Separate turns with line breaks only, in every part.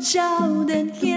少年兄。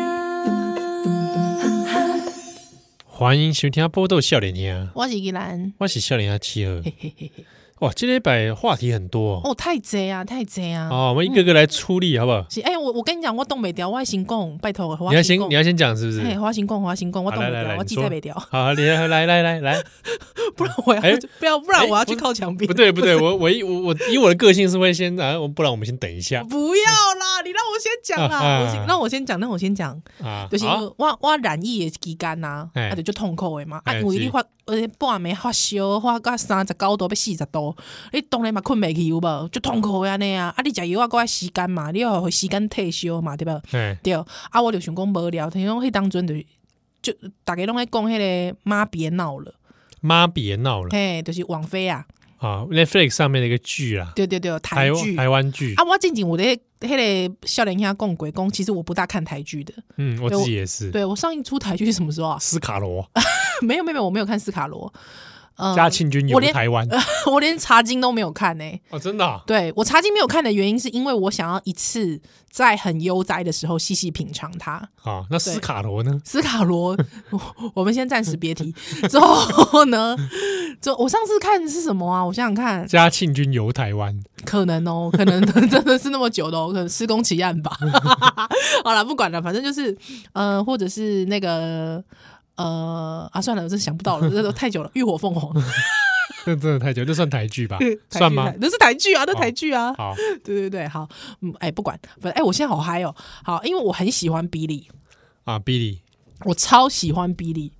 欢迎收听波豆笑脸兄，
我是依兰，
我是笑脸兄七儿。
嘿嘿嘿嘿，
哇，今天摆话题很多哦，
哦，太贼啊，太贼啊！
哦我们一个个来出力好不好？
是哎、我我跟你讲，我动不掉，我还行供，拜托，嗯我
你要先
还
你要先讲是不
行
是
供？嘿，我还行供，我还行供，我
好
动不
来来来
掉，我
你
记
说
在不掉，
好，你来来来来来，
不然我要、
哎
不要，不然
哎
我要
不
去靠墙壁、
不对不对，我我一我我以我的个性是会先啊，我不然我们先等一下
不要啦，你让我先讲啦，
啊
我先让我先讲，让我先讲，
啊，
哦就是
好
我我染疫的期间呐、
嘿
啊，啊就就痛苦的嘛，啊
嘿
因为你
哎是
发呃半暝发烧，发到三十九度要四十度，你当然嘛困袂去有无，就痛苦的安尼啊，啊你食药啊够爱时间嘛，你要互时间退烧嘛，对无？
哎
对，啊，我就想讲无聊，听讲迄当阵就是就大家拢在讲迄个妈别闹了，
妈别闹了
嘿，就是王菲啊，
啊，Netflix 上面的一个剧啦，
对对对，台
台
剧
台湾剧
啊，，我最近我咧迄个少年兄讲过，讲其实我不大看台剧的，
嗯，我自己也是，
对我上一出台剧是什么时候啊？
斯卡罗
没有没有没有，我没有看斯卡罗，呃
嘉庆君游
我连
台 湾
我连茶经都没有看呢、
哦，真的啊
对我茶经没有看的原因，是因为我想要一次在很悠哉的时候细细品尝它。
啊，那斯卡罗呢？
斯卡罗， 我我们先暂时别提。 之后呢，就我上次看是什么啊？我想想看，
嘉庆君游台湾，
可能哦，可能真的 是那么久的哦，可能施工奇案吧。 好了，不管了，反正就是呃，或者是那个呃啊，算了，我真想不到了，这都太久了。浴火凤凰
这真的太久，这算台剧吧
台剧？
算吗
台？那是台剧啊，那
哦
台剧啊。
好
对对对，好，嗯，哎，不管，反正哎，我现在好嗨哦，好，因为我很喜欢比利，
啊，Billy，
我超喜欢比利。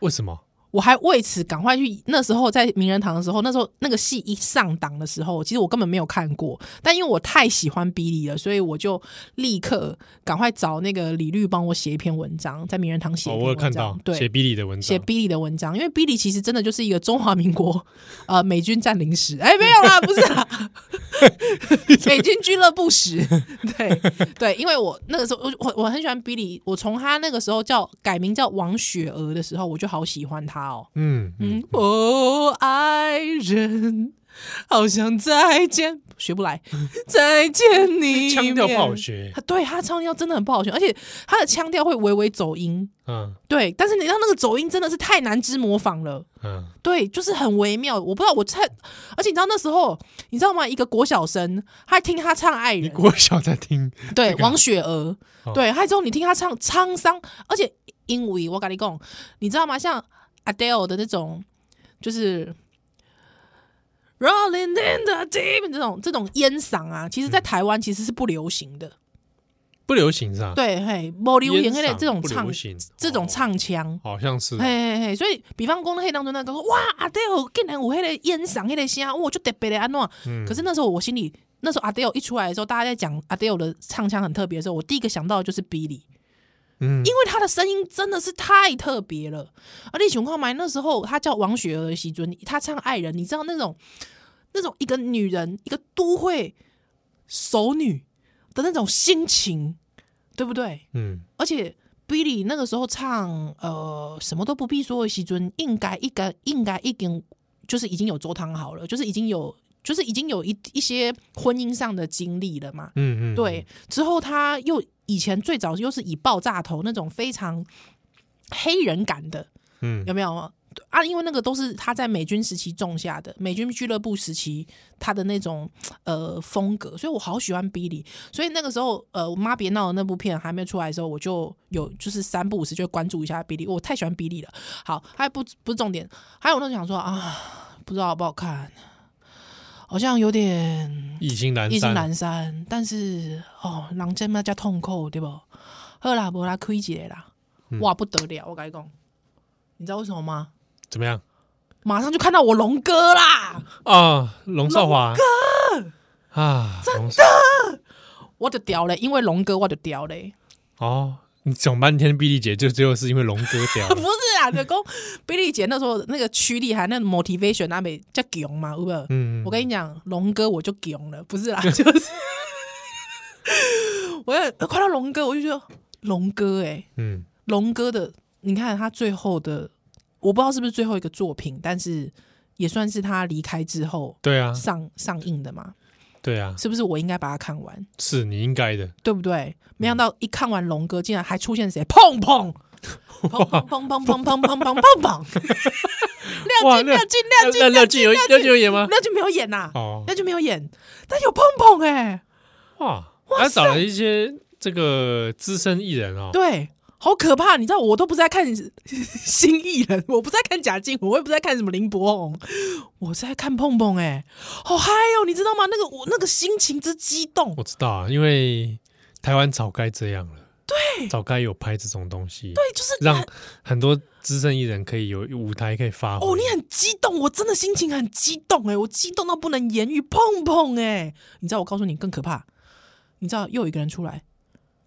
为什么？
我还为此赶快去，那时候在名人堂的时候，那时候那个戏一上档的时候，其实我根本没有看过，但因为我太喜欢比利了，所以我就立刻赶快找那个李律帮我写一篇文章，在名人堂写一
哦，
篇
我有
文章、
看到写
对。
Billy 的文
写
章，
比利的文章，因为比利其实真的就是一个中华民国 呃美军占领史，哎、没 有啦，不是啦，美军俱乐部史， 对对，因为我那个时候我我我很喜欢比利，我从他那个时候叫改名叫王雪娥的时候，我就好喜欢他哦，
嗯嗯，
嗯，哦，爱人，好想再见，学不来，再见你
嗯
一面。
腔调不好学，
他对他唱调真的很不好学，而且他的腔调会微微走音。
嗯
对，但是你知道那个走音真的是太难之模仿了。
嗯，
对，就是很微妙，我不知道我太，而且你知道那时候，你知道吗？一个国小生，他听他唱《爱
你
人》，
国小在听，
对，
这个啊
王雪娥，
哦
对，还有之后你听他唱《沧桑》，而且因为我跟你讲，你知道吗？像 Adele 的那种，就是 Rolling in the deep 这种这种烟嗓啊，其实
嗯
在台湾其实是不流行的，
不流行是吧？
对，嘿，不流行
啊烟
那
嗓
这种
不
唱
流行
这种
哦
唱哎腔。
好像是啊
嘿嘿嘿，所以比方讲，那当中那个说哇，阿 d e 竟然有那个烟嗓，那个声，哇，就特别的安怎？
嗯
可是那时候我心里，那时候 Adele 一出来的时候，大家在讲 Adele 的唱腔很特别的时候，我第一个想到的就是 Billy，
嗯
因为他的声音真的是太特别了。而且情况嘛，那时候他叫王雪儿的席尊，他唱《爱人》，你知道那种那种一个女人，一个都会熟女的那种心情，对不对？
嗯
而且 Billy 那个时候唱呃什么都不必说的席尊，应该应该应该已经就是已经有周汤好了，就是已经有就是已经有一一些婚姻上的经历了嘛。
嗯嗯，
对，之后他又以前最早又是以爆炸头那种非常黑人感的，
嗯，嗯
有没有？啊，因为那个都是他在美军时期种下的，美军俱乐部时期他的那种呃风格，所以我好喜欢 Billy。所以那个时候，呃，我妈别闹的那部片还没出来的时候，我就有就是三不五时就关注一下 Billy，我太喜欢 Billy 了。好，还不不是重点，还有那种想说啊，不知道好不好看，好像有点
意兴阑
意兴
珊，
阑珊，但是哦，人真嘛叫痛苦对不？好啦，无啦，开一个啦，
嗯
哇不得了，我跟你讲，你知道为什么吗？
怎么样
马上就看到我龙哥啦，
啊？龙少华哥啊，真的
我就屌嘞，因为龙哥我就屌嘞，
哦。你讲半天，B 莉姐就只有是因为龙哥 屌
不是 啊，就讲比利姐那时候那个驱力还那 motivation 那没叫强嘛，有没有？
嗯，
我跟你讲，龙哥我就囧了，不是啦， 就是 我要看到龙哥，我就觉得龙哥哎、
嗯，
龙哥的，你看他最后的，我不知道是不是最后一个作品，但是也算是他离开之后
对啊，
上上映的嘛。
对啊，
是不是我应该把它看完，
是你应该的。
对不对？没
嗯
想到一看完龙哥，竟然还出现谁？砰砰砰砰砰砰砰砰砰砰砰砰！
哇
廖俊，
那
廖俊，
那
廖俊，
廖俊有廖俊有演吗？
廖俊没有演呐，
哦，
廖俊没有演，但有砰砰哎，
哇，他找了一些这个资深艺人哦，
对。好可怕！你知道我都不是在看 新艺人，我不是在看贾静雯，我也不是在看什么林柏宏，我是在看碰碰哎、好嗨哦！你知道吗？那个我那个心情之激动，
我知道啊，因为台湾早该这样了，对，早该有拍这种东西，对，
对，哎就是
让很多资深艺人可以有舞台可以发挥。
哦，你很激动，我真的心情很激动哎、我激动到不能言语，碰碰哎、你知道我告诉你更可怕，你知道又有一个人出来，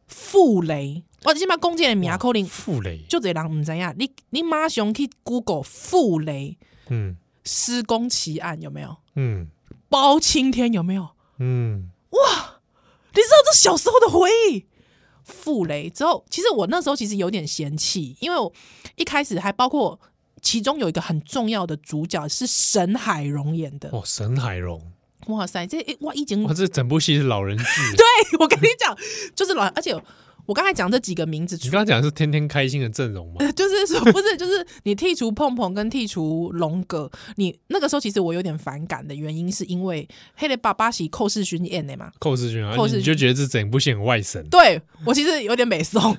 傅雷，我先把弓箭的名扣零，
傅雷，
就这人唔知影，你你马上去 Google 傅雷
嗯
施工奇案有没有？
嗯
包青天有没有？
嗯，
你知道这小时候的回忆。傅雷之后，其实我那时候其实有点嫌弃，因为我一开始还包括其中有一个很重要的主角是沈海荣演的，
哦，沈海荣，
哇塞，这诶哇 一景，
哇，这整部戏是老人剧。
嗯对我跟你讲，就是老，而且我刚才讲这几个名字，
你刚刚讲的是天天开心的阵容嘛？
呃就是说不是，就是你剔除碰碰跟剔除龙哥，你那个时候其实我有点反感的原因，是因为黑的爸爸是寇世勋演的嘛，
寇世勋啊，
寇世
你
勋
就觉得这整部戏很外省，
对我其实有点美颂，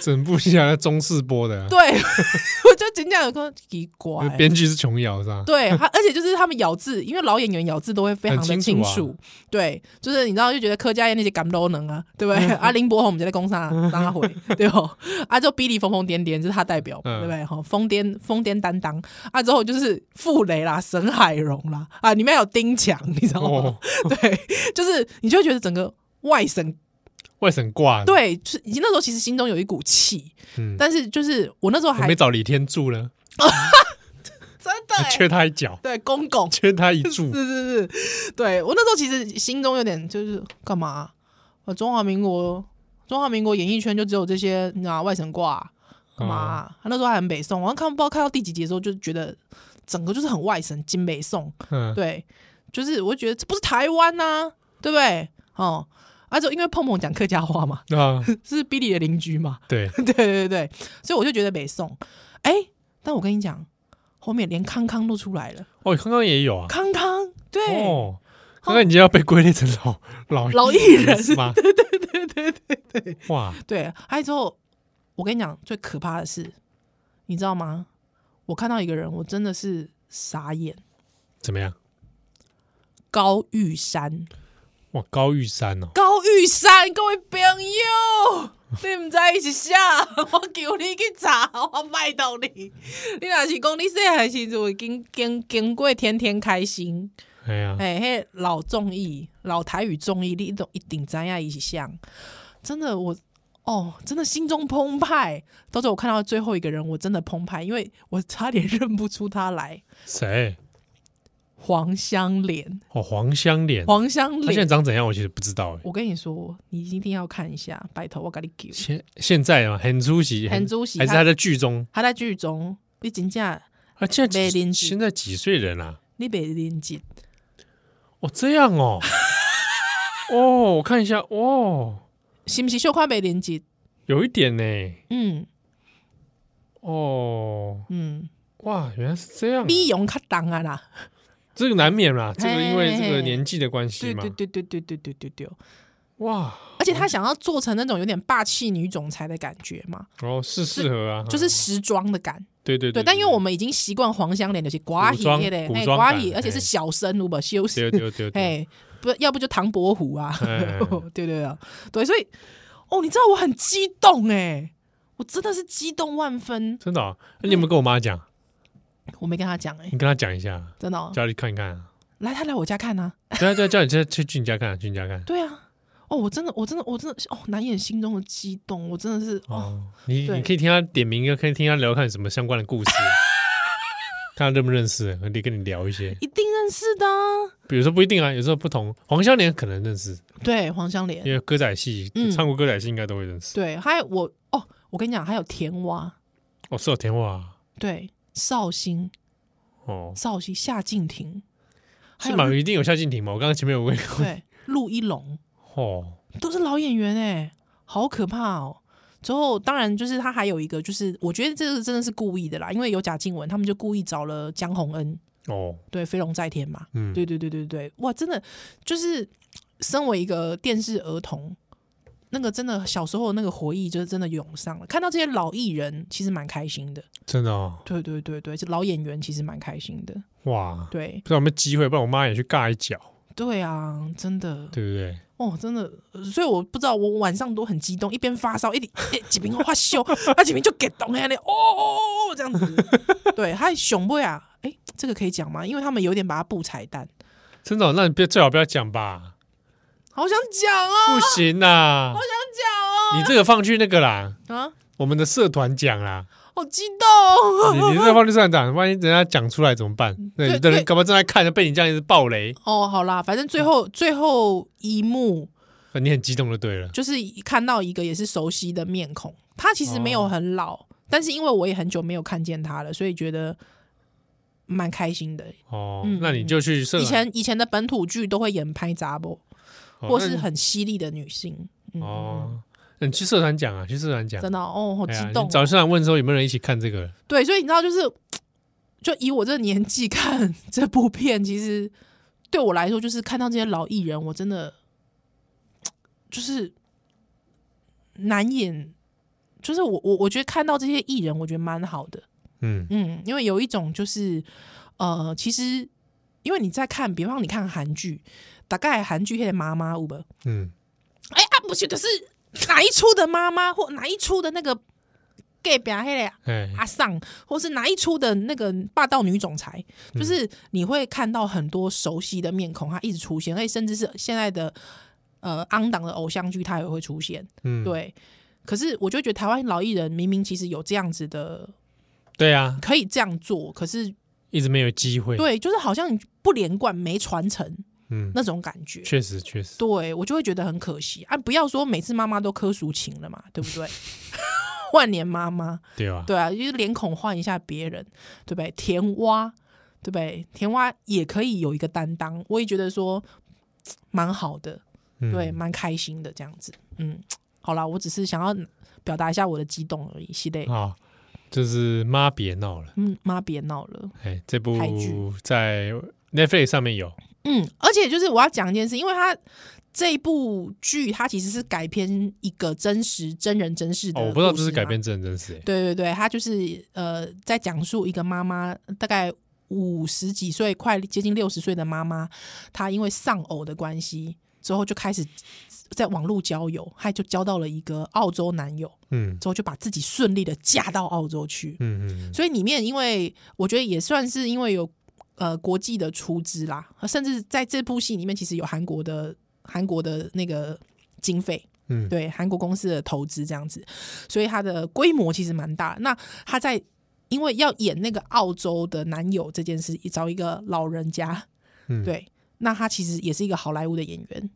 整部戏好像中视播的啊、
对我就紧讲有个奇怪，
编剧是琼瑶是吧？
对他，而且就是他们咬字，因为老演员咬字都会非常的
很
清
清楚啊
对，就是你知道就觉得柯佳嬿那些感都能啊，对不对？ 啊，林柏宏我们就在攻杀杀回，对不？啊，就比利疯疯癫癫，就是他代表，
嗯
对不对？哈，疯癫疯癫担当啊，之后就是傅雷啦、沈海荣啦，啊，里面还有丁强，你知道吗？
哦，
对，就是你就会觉得整个外省，
外省挂的，
对，就是你那时候其实心中有一股气，
嗯，
但是就是我那时候
我
还
没找李天柱呢，
真的、欸，
缺他一脚，
对，公公。
缺他一柱。
是是是，对我那时候其实心中有点就是干嘛、我中华民国，中华民国演艺圈就只有这些，你知道外省挂啊
嗯
干嘛、他那时候还很北宋，我看不知道看到第几集的时候，就觉得整个就是很外省，金北宋，
嗯，
对，就是我就觉得这不是台湾呐、对不对？哦，而、啊、且因为碰碰讲客家话嘛，
啊，
是 Billy 的邻居嘛，
对，
对对对对，所以我就觉得北宋，哎，但我跟你讲，后面连康康都出来了，
哦，刚刚也有啊，
康康， 对。
哦，刚刚已经要被归类成老老
老艺人
是吗？对对对对对，哇，
对，还有之后，我跟你讲最可怕的是，你知道吗？我看到一个人，我真的是傻眼。
怎么样？
高玉山，
哇，高玉山哦，
高玉山，各位朋友，你唔知伊是啥？我求你去查，我拜托你。你若是讲你细汉时阵经经经过天天开心，
哎呀，
哎、嘿，老综艺，老台语综艺，你都一定知影伊是像，真的我哦，真的心中澎湃。到时候我看到最后一个人，我真的澎湃，因为我差点 认不出他来。
谁？
黄香莲，
哦，黄香莲，
黄香
他现在
莲，
长怎样？我其实不知道哎。
我跟你说，你一定要看一下，拜托我给你给。
现现在啊，很出席，
很出席
还是他在剧中
他在剧中，你真正
啊？现在
没
几
邻居
现在几岁人啊？
你别认真，
哦，这样 哦，哦，我看一下，哦，
是不是小看别认真？
有一点呢，
嗯
哦，
嗯，
哇，原来是这样啊，
比勇较重啊啦。
这个难免啦，这个因为
嘿
这
嘿
个
嘿
年纪的关系
对
嘛
对，对对对对对对对。
哇，
而且她想要做成那种有点霸气女总裁的感觉嘛，
哦，是适合啊，
就是时装的感。
对对
对，但因为我们已经习惯黄香莲的些寡
古
语
装
嘞，
古
哎，
装
寡
感
语，而且是
哎
小生，如果修饰
对，对对对，
哎，不，要不就唐伯虎啊，
哎
对对对对，所以哦，你知道我很激动哎，我真的是激动万分，
真的哦，那你有没有跟我妈讲？
我没跟他讲哎
你，跟她嗯讲一下，啊
真的嗯哦，
叫你看一看啊，
来他来我家看啊，
对啊对啊，叫你去去去你家看啊，去你家看啊。
对啊，哦，我真的我真的我真的是哦，难掩心中的激动，我真的是哦，
哦，你
对
你可以听他点名，又可以听他聊看什么相关的 故事，看他认不认识，可以跟你聊一些。
一定认识的啊，
比如说不一定啊，有时候不同。黄香莲可能认识，
对，黄香莲
因。为歌仔戏、
嗯
唱过歌仔戏应该都会认识。
对，还有我哦，我跟你讲，还有田蛙，
哦，是有田话
对，绍兴、
哦，
绍兴、夏敬亭，还
是
有
马云一定有夏静婷吗？我刚刚前面有问过，
对陆一龙
哦，
都是老演员哎、好可怕哦。之后当然就是他还有一个就是，我觉得这个真的是故意的啦，因为有贾静雯，他们就故意找了江宏恩，
哦，
对，飞龙在天嘛，
嗯，
对对对对对，哇，真的就是身为一个电视儿童，那个真的小时候的那个回忆就是真的涌上了。看到这些老艺人，其实蛮开心的。
真的哦，
对对对对，这老演员其实蛮开心的。
哇，
对
不知道有没有机会，不然我妈也去尬一脚，
对啊，真的
对不对？
哦，真的，呃所以我不知道，我晚上都很激动，一边发烧，一点一几瓶花秀，啊几瓶就给懂哎，那哦哦哦哦这样子。对，还熊不呀？哎，这个可以讲吗？因为他们有点把它布彩蛋，
真的哦，那你别最好不要讲吧，
好想讲啊，
不行呐，
想哦
你这个放去那个啦，
讲啊，啊，
我们的社团讲啦，
好激动哦。
你你这个放去社团讲，万一人家讲出来怎么
嗯
办？对，有的人
对
干嘛正在看，被你这样一直暴雷，
哦，好啦，反正最后最后一幕
哦你很激动就对了，
就是看到一个也是熟悉的面孔，他其实没
哦
有很老，但是因为我也很久没有看见他了，所以觉得蛮开心的。
哦，
嗯
那你就去社
以
团，
前以前的本土剧都会演拍杂波，
哦
或
那
是
你
很犀利的女性。嗯，
哦，那你去社团讲啊，去社团讲，
真的哦，好
哎
激
呀，
动
你
哦、
找社团问说有没有人一起看这个，
对，所以你知道，就是就以我这个年纪看 这部片，其实对我来说，就是看到这些老艺人，我真的就是难掩。就是我我我觉得看到这些艺人，我觉得蛮好的，
嗯，
嗯，因为有一种就是呃，其实因为你在看，比方你看韩剧，大概韩剧黑妈妈有无？
嗯，
哎啊，不是，就是哪一出的妈妈或哪一出的那个 gay 表黑嘞
哎，
阿桑，或是哪一出的那个霸道女总裁，
嗯
就是你会看到很多熟悉的面孔，她一直出现，而且甚至是现在的呃昂档的偶像剧，她也会出现。
嗯，
对，可是我就觉得台湾老艺人明明其实有这样子的，
对啊，
可以这样做，可是
一直没有机会，，
对，就是好像不连贯、没传承
嗯，
那种感觉。
确实确实，
对我就会觉得很可惜啊！不要说每次妈妈都科属情了嘛，对不对？ 万年妈妈，
对吧？
对啊，就是脸孔换一下别人，对不对？甜蛙，对不对？甜蛙也可以有一个担当，我也觉得说嘖蛮好的，
嗯
对，，蛮开心的这样子。嗯，好啦，我只是想要表达一下我的激动而已。系列，
好，就是妈别闹了，
嗯，妈别闹了。
哎，这部
台剧
在 Netflix 上面有，
嗯，而且就是我要讲一件事，因为它这一部剧它其实是改编一个真实真人真事的、啊
哦，我不知道这是改编。真人真事，哎
对对对，他就是呃，在讲述一个妈妈，大概五十几岁，快接近六十岁的妈妈，她因为丧偶的关系，之后就开始在网络交友，还就交到了一个澳洲男友，
嗯
之后就把自己顺利的嫁到澳洲去。
嗯嗯，
所以里面，因为我觉得也算是因为有呃国际的出资啦，甚至在这部戏里面，其实有韩国的韩国的那个经费，
嗯，
对韩国公司的投资这样子，所以它的规模其实蛮大。那他在因为要演那个澳洲的男友这件事，找一个老人家，
嗯
对，那他其实也是一个好莱坞的演员，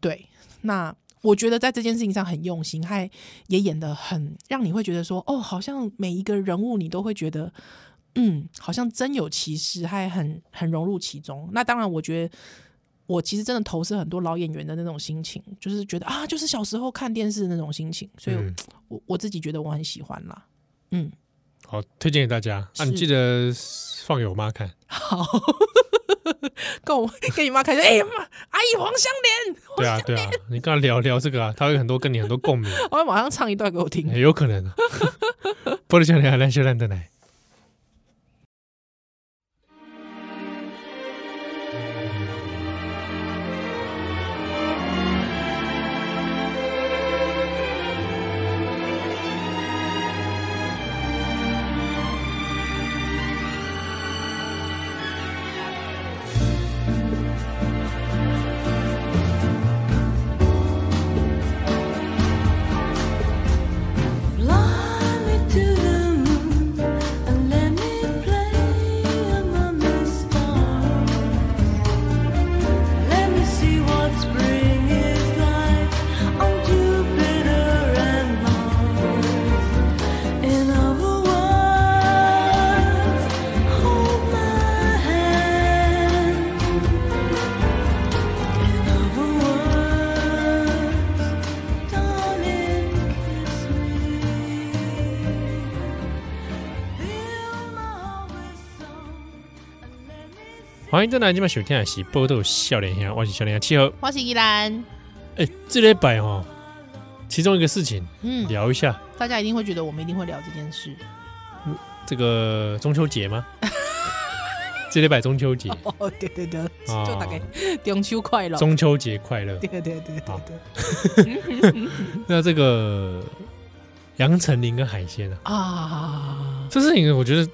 对，那。我觉得在这件事情上很用心，还也演的很让你会觉得说，哦，好像每一个人物你都会觉得，嗯，好像真有其事，还很很融入其中。那当然，我觉得我其实真的投射很多老演员的那种心情，就是觉得啊，就是小时候看电视的那种心情，所以我、
嗯
我我自己觉得我很喜欢啦。嗯，
好，推荐给大家啊，你
是
记得放给我妈看，
好， 跟我跟你妈 开始，哎、妈，阿姨黄香莲，
对啊对啊，你跟她聊聊这个啊，她会很多跟你很多共鸣，
我会马上唱一段给我听
哎。有可能啊， 玻璃少年还来修烂的奶。
Fly me to the moon,
欢迎再来今晚收听的是《波豆笑脸兄》，我是笑脸兄七号。
我是依兰，
哎、这礼拜哦，其中一个事情
嗯，
聊一下，
大家一定会觉得我们一定会聊这件事。
这个中秋节 吗？这礼拜中秋节，
哦，对对对，
哦
就大概中秋快乐。
中秋节快乐。
对对对对
好
对
那这个杨丞琳跟海鲜啊，
啊！
这事情我觉得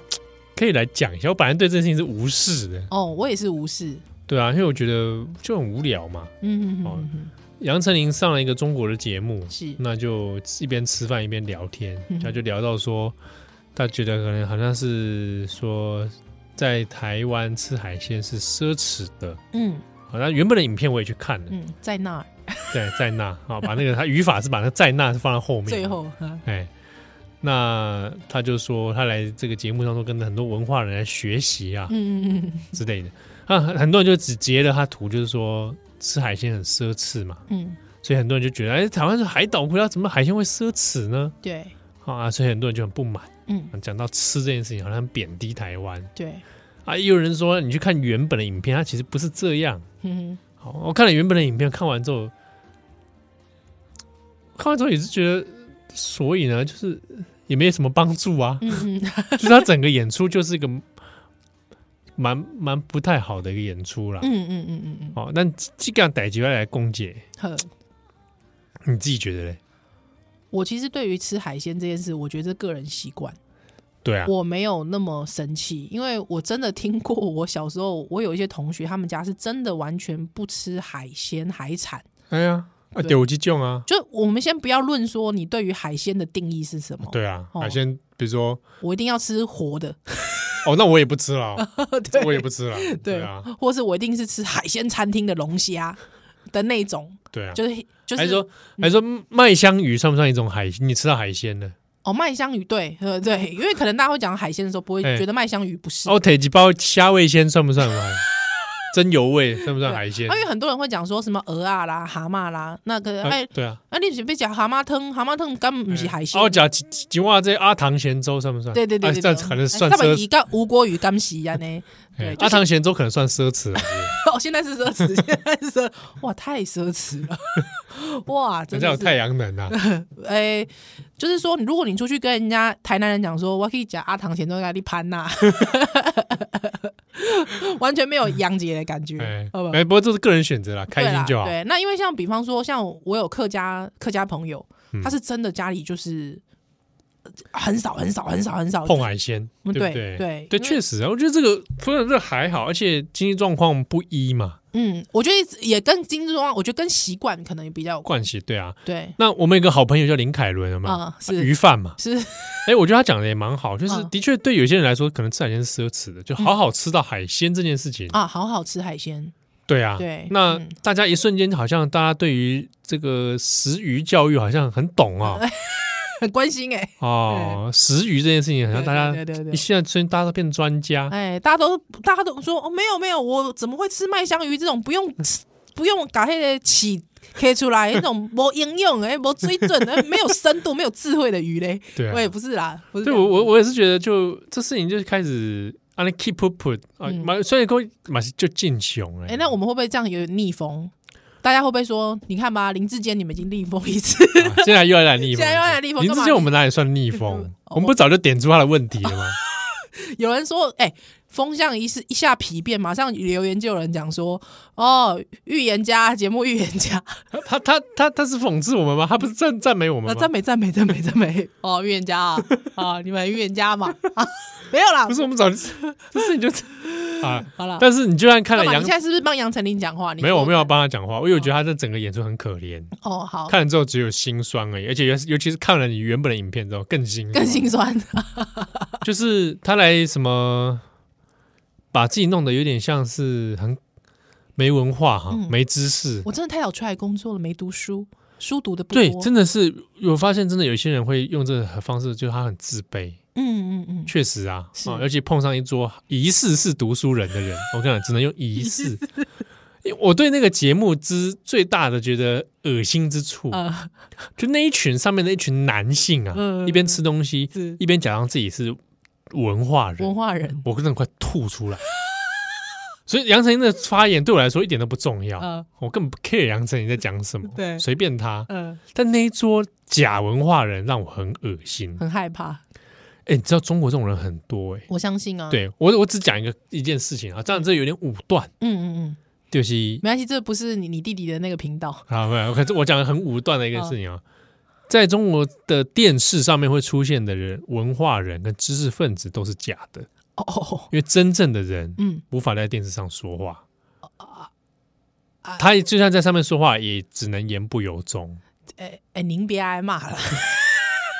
可以来讲一下。我本来对这件事情是无视的，
哦，我也是无视。
对啊，因为我觉得就很无聊嘛。
嗯哼
哦
哼哼
杨丞琳上了一个中国的节目
哼，，是
那就一边吃饭一边聊天
嗯，
他就聊到说，他觉得可能好像是说在台湾吃海鲜是奢侈的。
嗯
好，那原本的影片我也去看了，
嗯，在那儿
对，在那啊，把那个他语法是把那在那是放在后面，
最，后哈
哎，那他就说他来这个节目当中跟很多文化人来学习啊
嗯嗯嗯
之类的，啊，很多人就只截了他图，就是说吃海鲜很奢侈嘛，
嗯，
所以很多人就觉得，哎，台湾是海岛国家，怎么海鲜会奢侈呢？
对，
啊，所以很多人就很不满。啊
嗯
讲到吃这件事情，好像很贬低台湾
对，
啊。也有人说，你去看原本的影片，它其实不是这样。
嗯
好，我看了原本的影片，看完之后，看完之后也是觉得，所以呢，就是也没什么帮助啊
哼。嗯嗯，
就是他整个演出就是一个蛮蛮不太好的一个演出啦。
嗯嗯嗯嗯嗯，
哦，但这个逮起来来攻解，
呵。
你自己觉得嘞？
我其实对于吃海鲜这件事，我觉得是个人习惯，
对啊，
我没有那么生气，因为我真的听过，我小时候我有一些同学，他们家是真的完全不吃海鲜海产。
哎呀，啊，
对
丢鸡酱啊，
就我们先不要论说你对于海鲜的定义是什么，
对啊，
哦
海鲜，比如说，
我一定要吃活的，
哦，那我也不吃了哦，
对
我也不吃了，
对
对啊，
或是我一定是吃海鲜餐厅的龙虾的那种，
对啊，
就是就
还
是嗯
说还说麦香鱼算不算一种海？你吃到海鲜呢？
哦麦香鱼对呃对，因为可能大家会讲海鲜的时候，不会
哎
觉得麦香鱼不是，
哦，腿几包虾味鲜算不算海？ 蒸油味算不算海鲜
啊？因为很多人会讲说什么鹅啊啦、蛤蟆啦，那个
啊
哎
对啊，
啊，你是被讲蛤蟆汤，蛤蟆汤根本不是海鲜。
哦，假几几哇这阿唐咸粥算不算？
对对对
啊
对，
这
对
样可能算
哎他
奢
们
侈
以。干吴国语干洗啊呢。对
哎
就是
阿唐咸粥可能算奢侈啊。
哦，现在是奢侈，现在是奢，哇，太奢侈了，哇，
人
真
家有
的
太
是，
阳能 啊，
哎、就是说，如果你出去跟人家台南人讲说，我可以讲阿唐咸粥咖喱潘呐， 完全没有洋节的感觉，
哎
好不好？
哎，不过这是个人选择啦，开
对啦
心就好。
对，那因为像比方说，像我有客家客家朋友，
嗯
他是真的家里就是呃很少很少很少很少
碰啊海鲜，对
嗯
不
对
对？
对
对，
因为
确实啊，我觉得这个不然这还好，而且经济状况不一嘛，
嗯，我觉得也跟经济状况，我觉得跟习惯可能也比较有关。
关系对啊。
对，
那我们有一个好朋友叫林凯伦，有没有？
啊、
嗯鱼
是
贩嘛，
是，
哎、我觉得他讲的也蛮好，就是
嗯
的确对有些人来说，可能吃海鲜是奢侈的，就好好吃到海鲜这件事情，
啊，好好吃海鲜，
对啊，
对
那
嗯
大家一瞬间好像大家对于这个食鱼教育好像很懂 啊、
很关心哎、
哦，食鱼这件事情好像大家
对对对对
一现在瞬间大家都变专家，
哎，大家都大家都说哦，没有没有，我怎么会吃麦香鱼这种不用吃不用搞那个起开出来那种没营养哎，没水准哎，没有深度、没有智慧的鱼嘞？
对、
我也
啊，
不是啦，不是
对
这样
我我我也是觉得就这事情就开始啊那 keep put put 啊，
嗯
马所以讲马是就进雄哎，
哎、那我们会不会这样有点逆风？大家会不会说，你看吧，林志坚你们已经逆风一次，
啊 现在又要来逆风，
现在又要来逆风
林志
干嘛
坚我们哪里算逆风？
哦
我们不早就点出他的问题了吗？
有人说，哎、风向一是一下疲变，马上留言就有人讲说，哦，预言家节目预言家，
他他他他是讽刺我们吗？他不是赞啊赞美我
那
们吗
赞？美赞美赞美赞美， 哦，预言家啊，啊，你们预言家嘛，啊，没有啦
不，是，我们早就 这事情 就啊。
好啦。
但是你就算看了
干嘛？你
杨
现，在是不是帮杨丞琳讲话？你
没有，我没
有。
有要帮他讲话，因为我觉得他这整个演出很可怜，
哦，好，
看了之后只有心酸而已，而且尤尤其是看了你原本的影片之后更心
更心酸。
就是他来什么把自己弄得有点像是很没文化哈，
嗯
没知识。
我真的太早出来工作了，没读书，书读的不多。
对，真的是我发现，真的有些人会用这个方式，就是他很自卑。
嗯嗯嗯，
确实啊，
是
啊，尤其碰上一桌疑似是读书人的人，我跟你讲，只能 用疑似。因为我对那个节目之最大的觉得恶心之处，
呃，
就那一群上面那一群男性啊，
嗯
一边吃东西，
是
一边假装自己是文化人，
文化人。
我真的快吐出来。所以杨丞琳的发言对我来说一点都不重要，
嗯
我根本不 care 杨丞琳在讲什么，
对
随便他。
嗯，
但那一桌假文化人让我很恶心。
很害怕，
哎、你知道中国这种人很多哎、
我相信啊。，
对我，我只讲一个一件事情啊，这样这有点武断，
嗯嗯嗯，
就是
没关系，这不是你你弟弟的那个频道。
啊，没有，可是我讲的很武断的一个事情啊，在中国的电视上面会出现的人，文化人跟知识分子都是假的，因
哦哦，哦
为真正的人
嗯，
无法在电视上说话，他就算在上面说话，也只能言不由衷。
哎哎，您别挨骂了，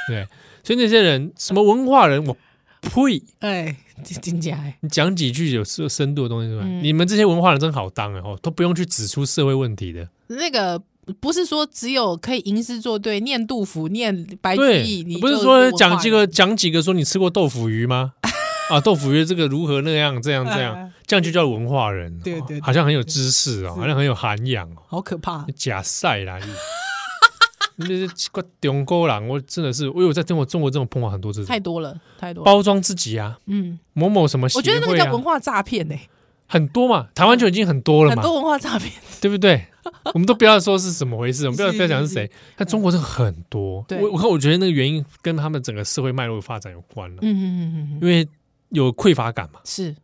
对，所以那些人什么文化人，我呸！
哎，这真假哎，
你讲几句有深深度的东西出来，
嗯
你们这些文化人真好当啊哦，都不用去指出社会问题的。
那个。不是说只有可以吟诗作对、念杜甫、念白居易，
对
哎你，
不是
就
说
文化
讲几
人
个讲几个说你吃过豆腐鱼吗？ 啊，豆腐鱼这个如何那样这样这样
哎，
这样就叫文化人。
对
哦
对对
好像很有知识哦，好像很有涵养哦。
好可怕
你，假赛啦 你！你这是怪中国人，我真的是，哎我有在中国中国这种碰到很多这
太
种
多了，太多了。
包装自己啊，
嗯，
某某什么协
我
会
觉
啊，
得那个叫文化诈骗呢，
很多嘛，台湾就已经很多了
很
嘛，
多文化诈骗。
对不对？ 我们都不要说是怎么回事，我们不要
是
不要讲是
是
谁，但中国这很多。
对
我我看我觉得那个原因跟他们整个社会脉络发展有关了。
嗯嗯嗯嗯嗯，
因为有匮乏感嘛，
是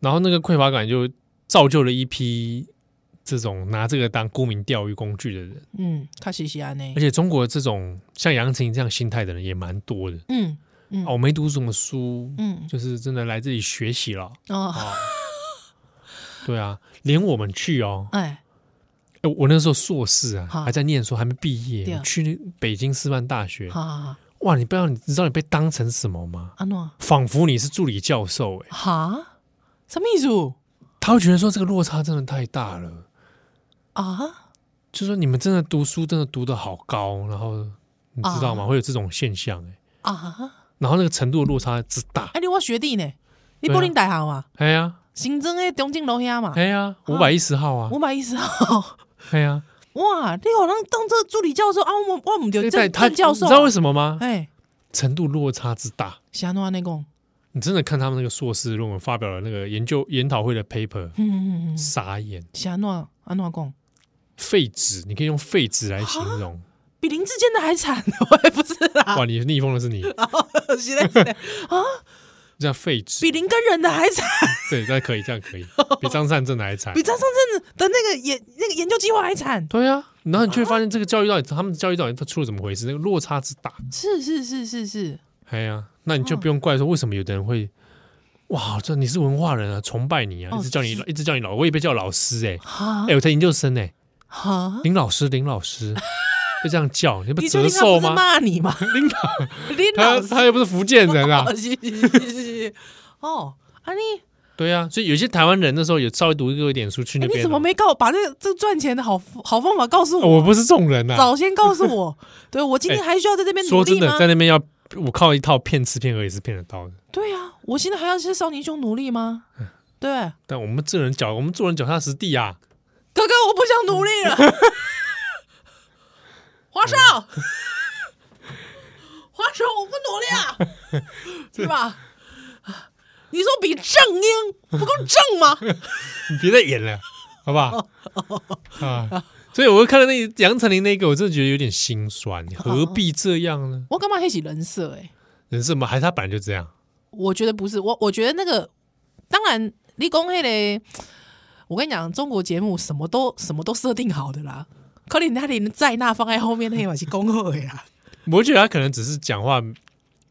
然后那个匮乏感就造就了一批这种拿这个当沽名钓鱼工具的人，
嗯，卡西西安呢
而？且中国这种像杨丞琳这样心态的人也蛮多的。
嗯嗯
哦，我没读什么书，
嗯
就是真的来这里学习了。
哦，
哦，对啊，连我们去哦，
哎，
哎我那时候硕士啊，
好
还在念书，还没毕
对
业
啊，
去那北京师范大学。
好好好，
哇，你不知道，你知道你被当成什么吗？
阿诺，
仿佛你是助理教授、哎。
哈，什么意思
他会觉得说这个落差真的太大了，
啊？
就说你们真的读书真的读得好高，然后你知道吗？
啊
会有这种现象哎、
啊！
然后那个程度的落差之大，
哎，你我学弟呢？你
对啊
柏林大学嘛？
哎呀
新增的中正楼遐嘛？
哎呀，五百一十号啊
我，买意思哦。
哎呀，
哇，你好像当这助理教授啊？我我唔对，
在
正
他
正教授
你
啊
知。道为什么吗？
哎，啊
程度落差之大，
是安诺安内讲，
你真的看他们那个硕士论文发表了那个研究研讨会的 paper，
嗯嗯嗯嗯，啊
傻眼，
是安诺安诺讲，
废纸，你可以用废纸来形容，
比林志坚的还惨，我也不是 啦。
哇，你逆风的是你，
啊是嘞是嘞，
这样废纸
比，林跟人的还惨，
对，那可以，这样可以，比张善政的还惨
比，张上正的那个研那个研究计划还惨。
对啊，然后你就会发现这个教育到底，他们的教育到底它出了怎么回事？那个落差之大，
是是是是是，
哎呀，那你就不用怪说为什么有的人会，哇，这你是文化人啊，崇拜你啊，
哦
一直叫你
是
一直叫你老，我也被叫老师哎、
哈
哎、我在研究生哎、
哈，
林老师，林老师，就这样叫，你不
你确
折
定他不
寿
是
吗？
骂你吗？
领导，
林
他
老师，
他又不是福建人啊
哦，是是是是是， 哦，啊你
对啊，所以有些台湾人那时候有稍微读一点书去那
哎
边、啊
你怎么没告把这这赚钱的好好方法告诉
哦
我？
我不是这种 人呐、啊。
早先告诉我，对我今天还需要在这边努
哎说真
力
的
吗，？
在那边要我靠一套骗吃骗喝也是骗得到的。
对啊，我现在还要在少年兄努力吗？
嗯
对，
但我们这人脚，我们做人脚踏实地啊。
哥哥，我不想努力
嗯
了。华少， 华少，我不努力了， 是吧？你说比正英不够正吗？
你别再演了，好不 好？啊，所以我看到那个杨丞琳那个，我真的觉得有点心酸，何必这样呢？
我干嘛黑起人设、欸？哎，
人设嘛，还是他本来就这样，
我觉得不是，我我觉得那个，当然立功黑嘞，我跟你讲，中国节目什么都什么都设定好的啦。可能那里在那放在后面那一把是恭贺的啦。
我觉得他可能只是讲话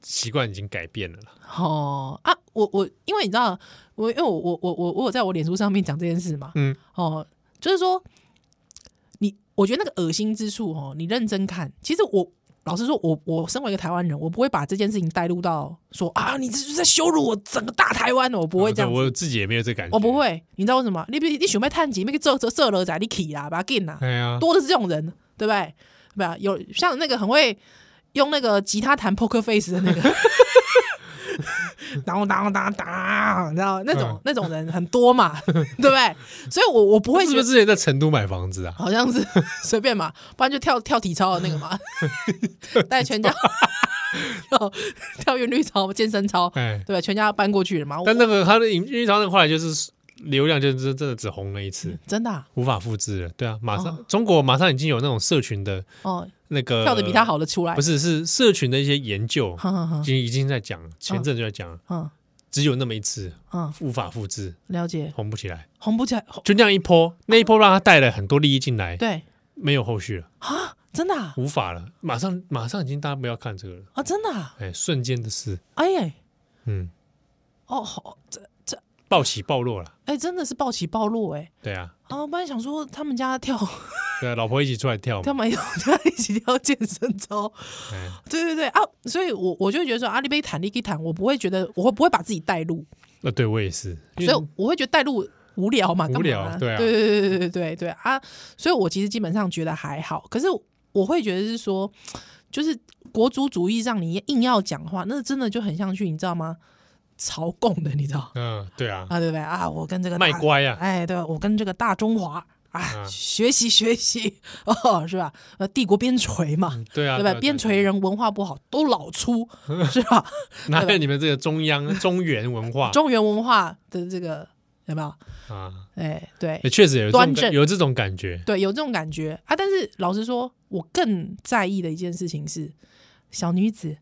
习惯已经改变了啦。
哦啊，我我因为你知道，我因为我我我我我有在我脸书上面讲这件事嘛，
嗯，
哦，就是说你，我觉得那个恶心之处哦，你认真看，其实我老实说，我我身为一个台湾人，我不会把这件事情带入到说啊，你这就是在羞辱我整个大台湾哦，我不会这样
啊
子。
对我自己也没有这感觉，
我不。会，你知道为什么？你你你想要探级，那个这这这了仔，你起啦，把它进啦，
哎呀，
多的是这种人，对不对？对吧？有像那个很会用那个吉他弹 poker face 的那 个，当当当当，你知道那种、
嗯
那种人很多嘛， 对不对？所以我我不会
是
觉
不
得
是之前在成都买房子啊？
好像是 随便嘛，不然就跳跳体操的那个 嘛，带全家 哦跳跳韵律操、健身操，对
哎，
不对？全家搬过去了嘛。我
但那个他的因为他那个后来就是流量就真真的只红了一次，
真的、啊、
无法复制了。对啊，马上、中国马上已经有那种社群的
哦，
那个
跳的比他，好的出来，
不是是社群的一些研究，
哼哼
已
哼，
经已经在讲，前阵就在讲，
嗯
只有那么一次，
嗯，
无法复制，
了解，
红不起来，
红不起来，红
就那样一波，那一波让他带了很多利益进来，
哦对
没有后续了，
啊，真的啊，
无法了，马上马上已经大家不要看这个了，
啊真的啊，
哎，瞬间的事，
哎呀，
嗯，
哦，好，这这，
暴起暴落了，
哎，真的是暴起暴落，哎，
对啊，
啊，我本来想说他们家跳，
对啊，老婆一起出来跳
他
嘛，
们有在一起跳健身操，
哎，
对对对啊，所以我我就会觉得说阿里贝坦利基坦，我不会觉得我会不会把自己带入，
那哦对我也是，因
所
为
以我会觉得带入无聊嘛，干嘛
无聊对啊
对对对对对对对啊！所以我其实基本上觉得还好，可是我会觉得是说，就是国族主义让你硬要讲话，那真的就很像去你知道吗？朝贡的，你知道
嗯，对啊，
啊？对不对啊？我跟这个大
卖乖啊，
哎，对，我跟这个大中华啊
嗯
学习学习哦，是吧？呃，帝国边陲嘛。
对啊，
对吧？边陲人文化不好，都老粗，是吧？
哪有你们这个中 央中原文化
中原文化的这个有没有？
啊？
哎，对，
也确实有这种
端
感
正
有这种感觉，
对，有这种感觉啊。但是老实说，我更在意的一件事情是小女子，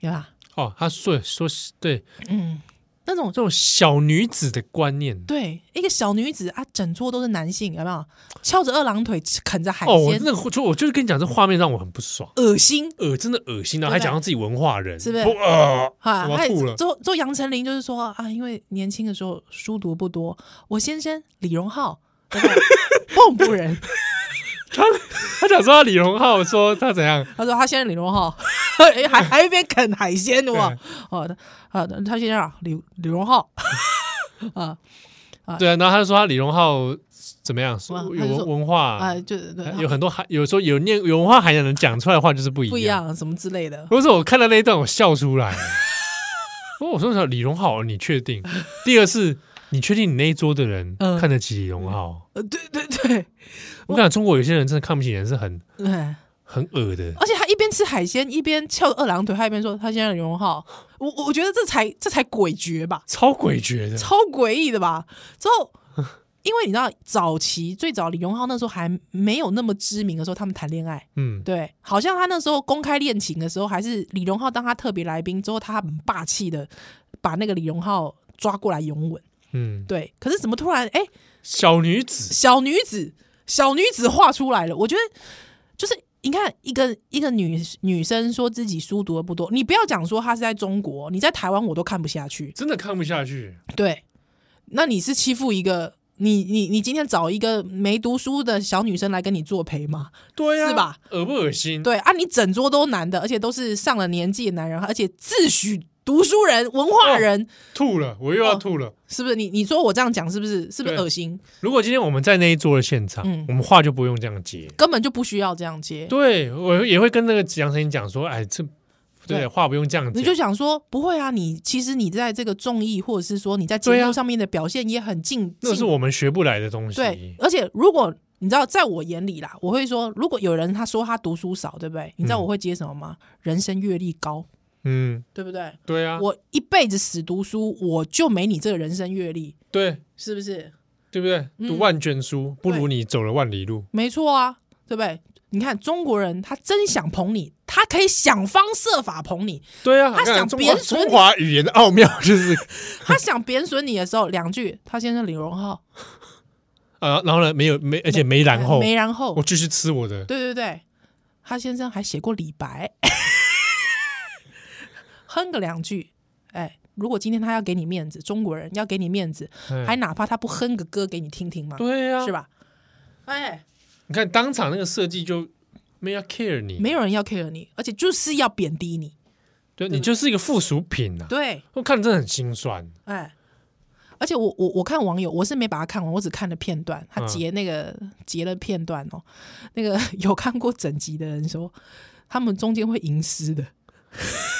对吧？
哦，他说说是对
嗯，那种
这种小女子的观念，
对一个小女子啊，整桌都是男性，有没有？翘着二郎腿啃着海
哦，我
鲜
真，的就我就是跟你讲，这画面让我很不爽，
恶心
恶真的恶心啊！
对不
还
对
讲到自己文化人，
是不是
啊，
啊！
我要
还
吐了
做做杨丞琳就是说啊，因为年轻的时候书读不多，我先生李荣浩，对不对蚌埠人，
他讲说他李荣浩说他怎 样，
他说他现在李荣浩，哎还还一边啃海鲜的哇！哦，他啊，他现在啊李李荣浩，
对啊，然后他就说他李荣浩怎么样，
哇
有
他就说
文文化，呃
啊，就是对
哎有很多含，有时候有念有文化涵养的人讲出来的话就是不一
不一
样。
样什么之类的。
如果是我看到那一段，我笑出 来。我说说李荣浩，你确定？第二是，你确定你那一桌的人
嗯
看得起李荣浩？
呃，对对对，
我跟你讲，中国有些人真的看不起人，是很
哎，
很恶的。
而且他一边吃海鲜，一边翘着二郎腿，他一边说他现在刘荣浩，我我觉得这才这才诡谲吧，
超诡谲的，
超诡异的吧。之后，因为你知道早期最早李荣浩那时候还没有那么知名的时候，他们谈恋爱，
嗯，
对，好像他那时候公开恋情的时候，还是李荣浩当他特别来宾之后，他很霸气的把那个李荣浩抓过来拥吻，
嗯，
对。可是怎么突然哎？
小女子，
小女子，小女子画出来了。我觉得就是你看一个一个女女生说自己书读的不多，你不要讲说她是在中国，你在台湾我都看不下去。
真的看不下去。
对，那你是欺负一个你你你今天找一个没读书的小女生来跟你作陪吗？
对呀、
是吧？
恶不恶心？
对啊，你整桌都男的，而且都是上了年纪的男人，而且自诩读书人、文化人，
吐了，我
嗯
又要吐了。
是不是？你你说我这样讲是不是？是不是
对
恶心？
如果今天我们在那一桌的现场，
嗯
我们话就不用这样接。
根本就不需要这样接。
对我也会跟那个杨丞琳讲说，哎，这对
对
话不用这样讲。
你就想说，不会啊，你其实你在这个综艺，或者是说你在
对
节
啊
目上面的表现也很尽，
那是
尽
我们学不来的东西。
对，而且如果你知道，在我眼里啦，我会说，如果有人他说他读书少，对不对？你知道
嗯
我会接什么吗？人生阅历高，
嗯，
对不对？
对啊，
我一辈子死读书，我就没你这个人生阅历，
对
是不是？
对不对？
嗯
读万卷书不如你走了万里路。
没错啊，对不对？你看中国人，他真想捧你，他可以想方设法捧你，
对啊，
他
看
想
中华
贬损你
中华语言的奥妙 就是
他想贬损你的时候，两句，他先生李荣浩，
啊，然后呢，没有没，而且没然后，
没然后
我，继续吃我的。
对对对，他先生还写过李白， 哼个两句，哎，如果今天他要给你面子，中国人要给你面子，
哎
还哪怕他不哼个歌给你听听嘛，
对啊，
是吧？哎，
你看当场那个设计就没有 care 你，
没有人要 care 你，而且就是要贬低你，
对你就是一个附属品呐、啊。
对，
我看着真的很心酸。
哎。而且我我我看网友，我是没把它看完，我只看了片段。他
嗯
截那个、截了片段哦， 那个有看过整集的人说，他们中间会吟诗的，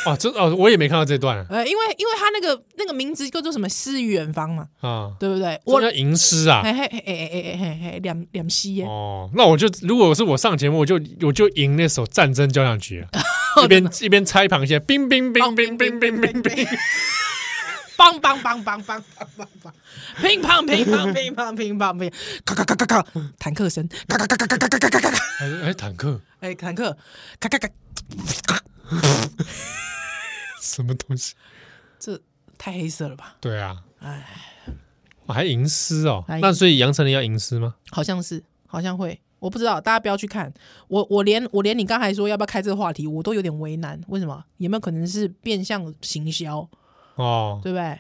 哦，这哦，我也没看到这段啊。
呃，因为因为他那个那个名字叫做什么“诗与远方”嘛，
啊
对不对？
我
我
叫吟诗啊。
嘿嘿嘿嘿嘿嘿嘿，两两西耶，
哦，那我就如果是我上节目，我就我就赢那首《战争交响啊
哦
曲》了，一边一边拆螃蟹，冰冰冰冰冰冰冰冰，
梆梆梆梆梆梆梆梆，乒乓乒乓乒乓乒乓乒，咔咔咔咔咔，坦克声，咔咔咔咔咔咔咔咔咔咔，
还是哎，坦克
哎，坦克，咔咔咔，
什么东西？
这太黑色了吧？
对啊，
哎，
我还吟诗哦。
还
那所以杨丞琳要吟诗吗？
好像是，好像会，我不知道，大家不要去看。我我连我连你刚才说要不要开这个话题，我都有点为难。为什么？有没有可能是变相行销？
哦，
对不对？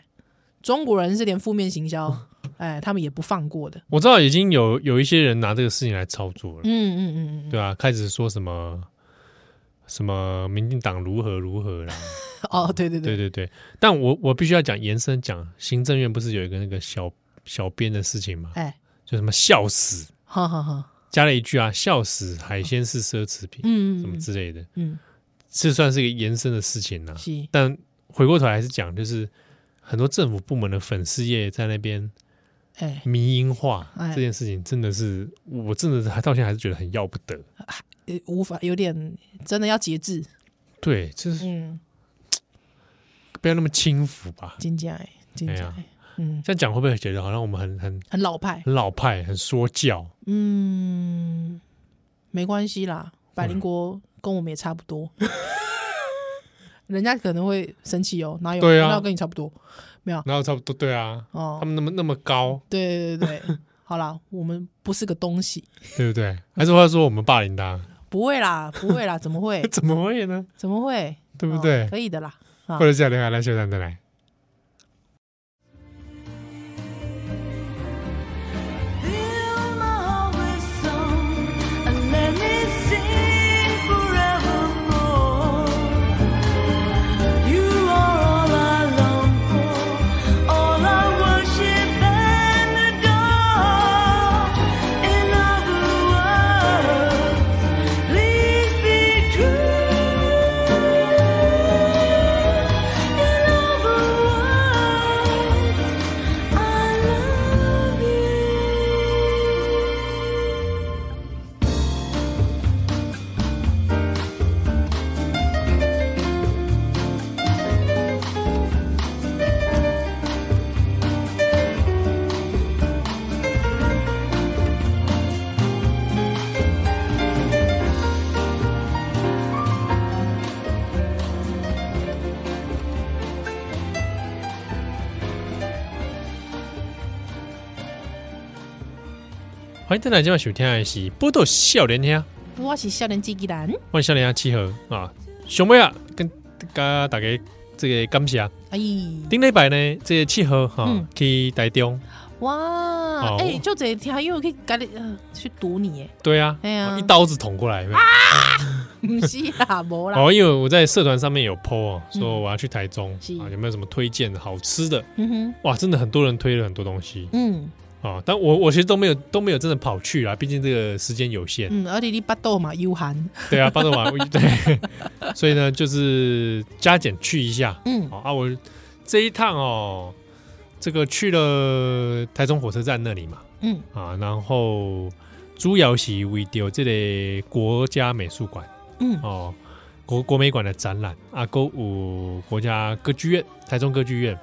中国人是连负面行销， 哎，他们也不放过的。
我知道已经有有一些人拿这个事情来操作了，
嗯嗯嗯嗯
对啊，开始说什么什么民进党如何如何啦，
嗯，哦，对对
对
对，
对对。但我我必须要讲延伸讲，行政院不是有一个那个小小编的事情吗？
哎，
就什么笑死，
哈哈哈，
加了一句啊，笑死海鲜是奢侈品，
嗯
什么
嗯
之类的，
嗯，
这算是一个延伸的事情啦、啊
是，
但回过头来还是讲，就是很多政府部门的粉丝业在那边
哎，
迷因化
哎
这件事情，真的是我真的是还到现在还是觉得很要不得。
呃无法有点真的要节制，
对，就是
嗯，
不要那么轻浮吧。
真假哎，真
哎
假
呀
哎，嗯，
这样讲会不会觉得好像我们很很
很老派，
很老派、很说教？
嗯，没关系啦，百灵国跟我们也差不 多。人家可能会生气哦，哪有？
对啊
哪有跟你差不多？
然后差不多对啊，
哦
他，们那么那么高，
对对对对， 好啦，我们不是个东西，
对不对？还是他说我们霸凌他？
不会啦，不会啦，怎么会？
怎么会呢？
怎么会？
对不对
哦？可以的啦。啊
或者下联还来，下联再来。”
Fill my heart with song and let me sing forevermore. You are all I long for, all I worship and adore. In other words, please be true. In other words. I love you.
欢迎大家今晚收听的是《波多笑脸听》，
我是少年机器人，
欢迎笑脸啊七和啊，熊妹啊，跟跟大家这个感谢。啊
哎，
顶礼拜呢，这个七和哈
嗯
去台中，
哇
哦，
哎，就这听，因为我可以跟你呃去堵你，哎，
对啊，
哎呀
一刀子捅过来。有没有
啊不是 啦，无啦，
哦，因为我在社团上面有 PO 哦，说我要去台中
嗯是
啊，有没有什么推荐的好吃的？
嗯哼，
哇，真的很多人推了很多东西
嗯
啊，但我我其实都没有都没有真的跑去啊啦，毕竟这个时间有限。
嗯，而且你巴豆嘛，悠寒，
对啊，帮着忙， 对， 所以呢，就是加减去一下。
嗯
好啊，我这一趟哦，这个去了台中火车站那里嘛，
嗯，
啊，然后主要是为着这个国家美术馆，
嗯
哦，国国美馆的展览啊，歌舞国家歌剧院、台中歌剧院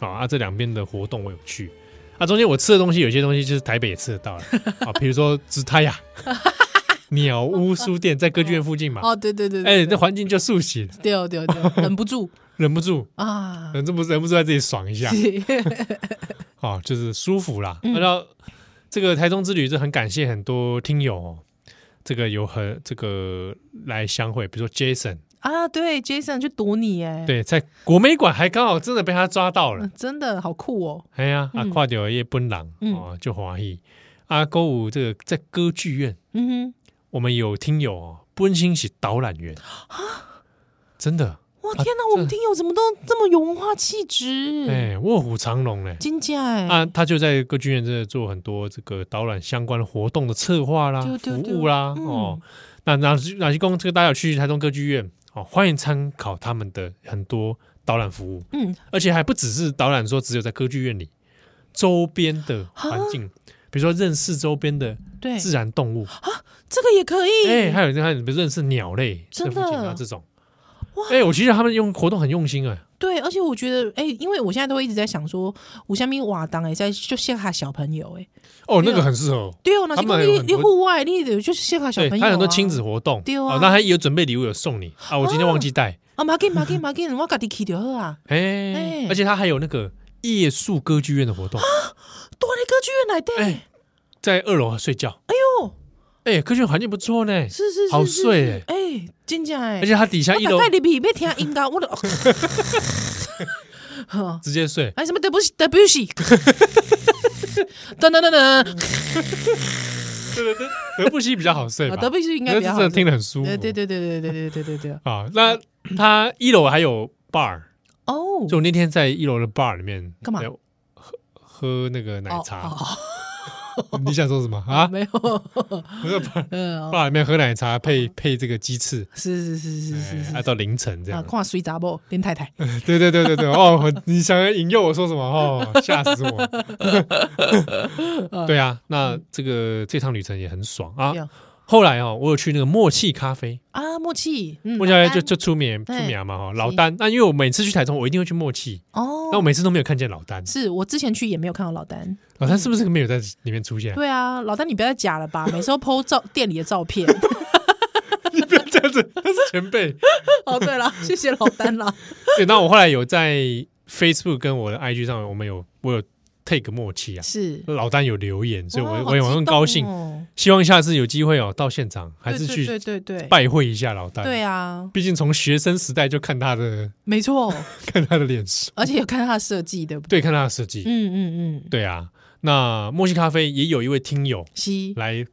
啊，啊这两边的活动我有去。啊，中间我吃的东西有些东西就是台北也吃得 到了啊，比如说紫泰呀、鸟屋书店在歌剧院附近嘛，
哦，对对对，
哎、
对
那环境就塑形，
对哦对哦对哦， 忍不住
忍不住，
啊，
忍不住忍不住在这里爽一下。
是
哦，就是舒服啦。
嗯
然后这个台中之旅，就很感谢很多听友、哦，这个有很这个来相会，比如说 Jason，
啊，对，Jason 去堵你，哎，
对，在国美馆还刚好真的被他抓到了
嗯，，真的好酷哦，
哎呀，啊，
嗯
跨掉叶奔狼
嗯
哦，就华裔啊，歌舞这个在歌剧院，
嗯
我们有听友哦，温馨是导览员
啊
真的，
哼，哇，
啊
天哪，我们听友怎么都这么有文化气质，
哎，卧虎藏龙嘞。
金价哎，
啊，他就在歌剧院这做很多这个导览相关的活动的策划啦、
对对对
服务啦，
嗯
哦，那哪哪些公这个大家有去台中歌剧院哦，欢迎参考他们的很多导览服务，
嗯，
而且还不只是导览说只有在歌剧院里，周边的
啊
环境，比如说认识周边的
对，
自然动物，哎
这个也可以，
哎，还有还有比如认识鸟类，
哎真的
这附近啊这种，哎、我其实他们用活动很用心哎、
对，而且我觉得，哎、因为我现在都会一直在想说，五香米瓦当哎，在就适合小朋友哎、
哦，那个很适合，
对哦，那
他们有
你
很
你
多
户外，你得就是适合小
对
朋友、啊。
他有很多亲子活动，
对啊哦
哦，那还有准备礼物有送你啊，我今天忘记带，
啊，马给马给马给，我家己去就好啊。
哎、
哎哦
而且他还有那个夜宿歌剧院的活动，
多在歌剧院来
哎、
对，
在二楼睡觉，哎
呦，
哎、歌剧院环境不错呢，
是是是，
好
是是
睡哎
哎、真正哎、
而且它底下
我
一楼
大概你比要听音乐，我都。 呵
直接睡，
哎，什么对不起，对不起， 噔噔噔噔，
德布西比较好睡吧，
啊德布西应该
那
比较好
真的
睡
听得很舒服，
对对对对对对对对对对，
啊，那它一楼还有 bar，
哦，
就我那天在一楼的 bar 里面
干嘛
哎喝喝那个奶茶，
哦哦
你想说什么
哦
啊？
没有，
我在 bar
嗯，哦
bar 里面喝奶茶配配这个鸡翅，
是是是是是
哎
是
啊，到凌晨这
啊，
样。
看水查某林太太，
对对对对对，哦，我你想要引诱我说什么？哦，吓死 我！对
嗯
啊，那这个这趟旅程也很爽啊
对。
后来哦，我有去那个默契咖啡，
啊，默契，嗯，
默契咖啡就
丹
就出名出
对
名啊嘛哈，老丹。那因为我每次去台中，我一定会去默契，
哦
那我，每次都没有看见老丹，
是我之前去也没有看到老丹，
老丹是不是没有在里面出现？
对啊，老丹你不要再假 了吧，每次都 PO 照店里的照片，
你不要 这样子，他是前辈。
哦，对了，谢谢老丹 了，
对，那我后来有在 Facebook 跟我的 IG 上面，我们有我有 take 默契啊，
是，
老丹有留言，所以我
哇
我也很高兴，，希望下次有机会哦，到现场还
还
是
对
去
对对对，
拜会一下老丹。
对，啊，
毕竟从学生时代就看他的
没错，
看他的脸书，
而且有看他的设计， 对不对？
对，看他的设计。
嗯嗯嗯，
对啊，那墨西咖啡也有一位听友
西，
来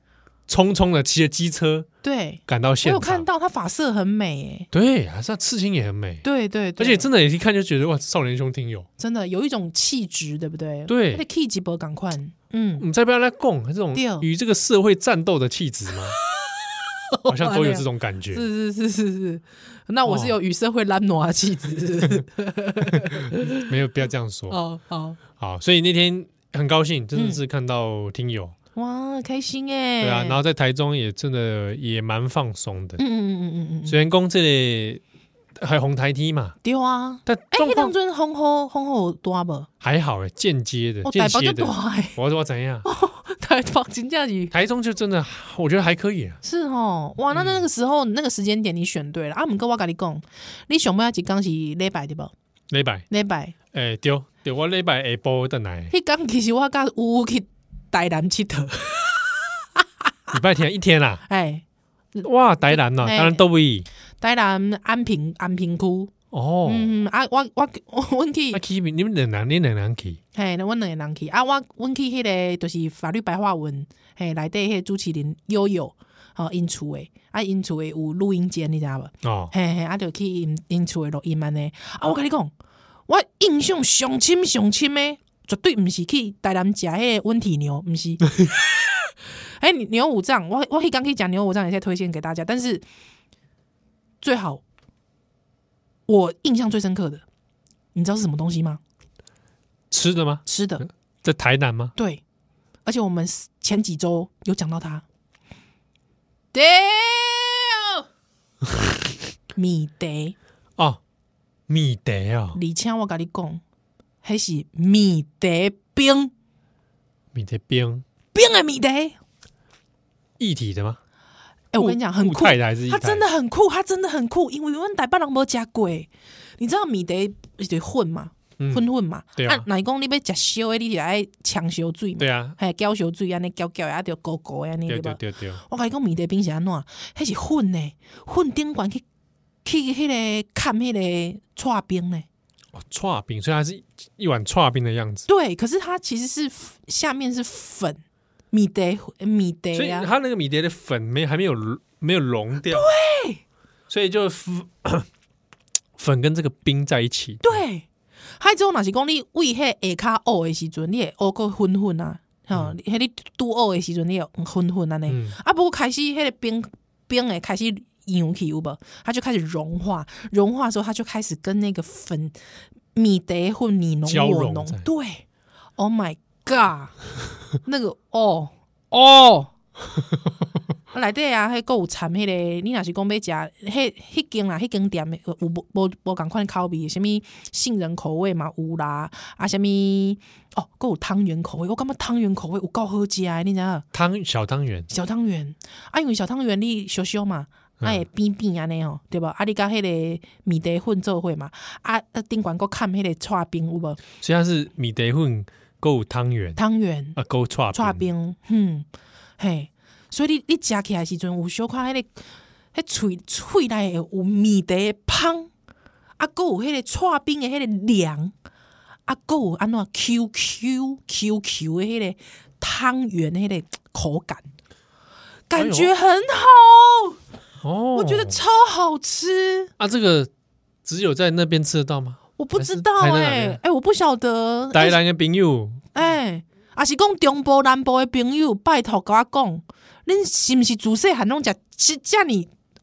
匆匆的骑着机车
对，
赶到
我
现场，
有看到他发色很美，哎，
对啊，这刺青也很美，
对对，
而
对
且真的也一看就觉得哇，少年兄哦听友，
真的有一种气质，对不对？
对
而且 key 级博赶快，嗯，
你再不要来供这种
对哦
与这个社会战斗的气质 吗？好像都有这种感觉。
是是是是是，那
哦
我是有与社会拉挪的啊气质，是不是
没有，不要这样说。
哦嗯好
好，所以那天很高兴，真的是看到听友，
哇，开心哎，
对啊，然后在台中也真的也蛮放松的
嗯。嗯嗯嗯嗯嗯，
虽然公这里还红台梯嘛，
对啊，
但
哎，
状
那
况
当阵红吼红吼有大无？
还好哎，间接的
我、、
间
台北
歇
哦就
的。
大哎，
我我怎样？
台北真正是
台中就真的，我觉得还可以啊。
是哦，哇，那那个时候、那个时间点你选对了啊！毋过我甲你讲，你想要一工是礼拜对无？
礼拜，
礼拜，
哎，丢丢，我礼拜下晡等来，
迄工其实我甲有去台南佚佗，
礼拜天一天啦。
哎，
哇，台南呐，
哎
当然都不易
台南安平安平区，
哦。
嗯，啊，我我我阮去
那，去你们两人，你两人去，
嘿，阮两个人去，啊，我阮去迄、个就是法律白话文，嘿，内底迄个主持人悠悠，吼、因厝诶，啊，因厝诶有录音间，你知影无？
哦，
嘿嘿，啊，就去因因厝诶录音安尼。啊，我甲你讲，我印象上深上深诶，绝对毋是去台南食迄个温体牛，毋是。 哎、牛五脏，我我迄刚去讲牛五脏，也再推荐给大家。但是最好，我印象最深刻的，你知道是什么东西吗？
吃的吗？
吃的，
在台南吗？
对，而且我们前几周有讲到它。对，米德。
哦，米德哦，
而且我甲你讲，迄是米茶冰
米德冰
冰的米茶。哎、
一体的吗？
我跟你讲，很
固
酷，
态的还是一
它
态
真的很酷，它真的很酷，因为阮台北人无食过。你知道米茶就是混嘛，
嗯
混混嘛。
对啊
若是讲你要食烧的，你就爱呛烧水嘛。
对啊，
嘿，搅烧水安尼搅搅，啊，就糊糊的安尼
对
对
对
吧？
对对，
我甲你讲，米茶冰是安怎样？迄是混呢，混顶悬去去迄个砍迄个刨冰呢。
哦，串冰，所以它是一一碗串冰的样子，
对，可是它其实是 f- 下面是粉米德米德啊
所以
呀、
它那个米德的粉没还没有没有融掉，对，所以就粉跟这个冰在一起，
对。还之后若是讲你为迄下骹乌的时阵，你会乌个粉粉啊，吼、迄你拄乌的时阵，你会粉粉安尼。
嗯
啊，不过开始迄个冰冰诶开始扬起有无？它就开始融化，融化之后它就开始跟那个粉米德或你浓
交
我
融
浓
在，
对，Oh my God，那个哦哦。啊，内底啊，迄个有掺迄、个，你若是讲要食，迄迄间啦，迄间店的有有无无无共款的口味，啥物杏仁口味嘛有啦，啊，啥物哦，佫有汤圆口味，我感觉汤圆口味有够好食的，你知影？
汤小汤圆，
小汤圆，啊，因为小汤圆你烧烧嘛，啊
嗯
会变变安尼吼，对无？啊，你甲迄个米茶混做伙嘛，啊，啊顶悬佫砍迄个串冰有无？
所以它是米得混够汤圆
汤圆。
啊，够串
串冰，嗯，嘿，所以你你食起来的时阵有小看迄、个，迄喙喙内会有米茶的香，啊，搁有迄个串冰的迄个凉，啊，搁有安怎 Q Q Q Q 的迄个汤圆的迄个口感，感觉很好，
哦，
我觉得超好吃。
啊，这个只有在那边吃得到吗？
我不知
还是
道
台
哎、
南哪
欸，哎
边、
我不晓得，
台南的朋友，
哎，啊是讲中部、南部的朋友，拜托甲我讲，恁是毋是自细汉拢食吃遮尔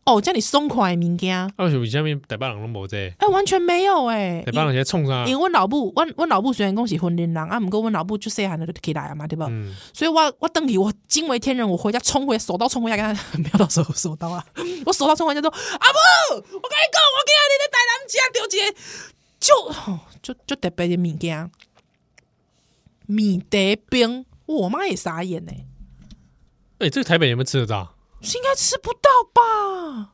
哦，遮尔爽快的物件？哎、
啊，为什么下面台北人拢无这个？
完全没有哎、
台北人在冲啥
因？因为阮老母，阮阮老母虽然讲是婚姻人，啊，毋过阮老母就细汉就起来啊嘛，对吧？
嗯，
所以我我邓去，我惊为天人，我回家冲回手刀冲回家，跟他 没有到手手刀啊，我手刀冲回家说阿母，我跟你讲，我今日你在台南吃到一个就哦就就特别的物件，米茶冰，我妈也傻眼呢、
哎、这个台北有没有吃得到？
应该吃不到吧？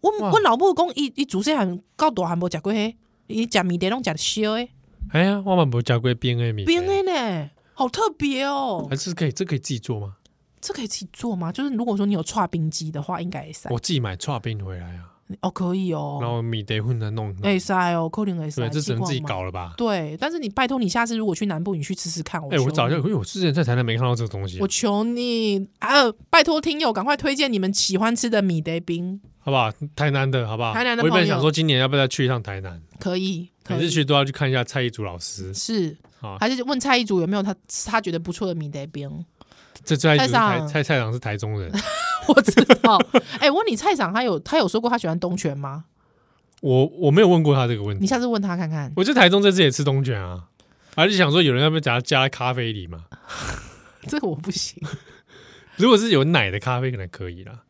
我
哇
我老母讲，伊伊自细汉到大汉无食过迄，伊食米茶拢食烧诶，
哎呀，我们没加过冰诶米，
冰诶呢，好特别哦
还。是可以，这可以自己做吗？
这可以自己做吗？就是如果说你有串冰机的话，应该也啊塞
我自己买串冰回来啊，
哦，可以哦。
然后米得混着弄一弄。
会使哦，扣零会使，
嗯对，这只能自己
试看嘛。
搞了吧？
对，但是你拜托你下次如果去南部，你去吃吃看。
哎、我
求
早就，
你
因为我之前在台南没看到这个东西啊、
我求你啊！拜托听友赶快推荐你们喜欢吃的米德冰，
好不好？台南的好不好？
台南的
我原
朋
本
友
想说今年要不要再去一趟台南，
可以，可
每次
以
去都要去看一下蔡依祖老师
是，
啊。
还是问蔡一组有没有他他觉得不错的米德冰？
这蔡依祖是
蔡
台
上
蔡蔡长是台中人，
我知道。哎，问你蔡长他有他有说过他喜欢东泉吗？
我我没有问过他这个问
你
题。
下次问他看看。
我在台中这次也吃冬卷啊，而且想说有人要不要把它加在咖啡里嘛？
这个我不行，
如果是有奶的咖啡，可能可以啦。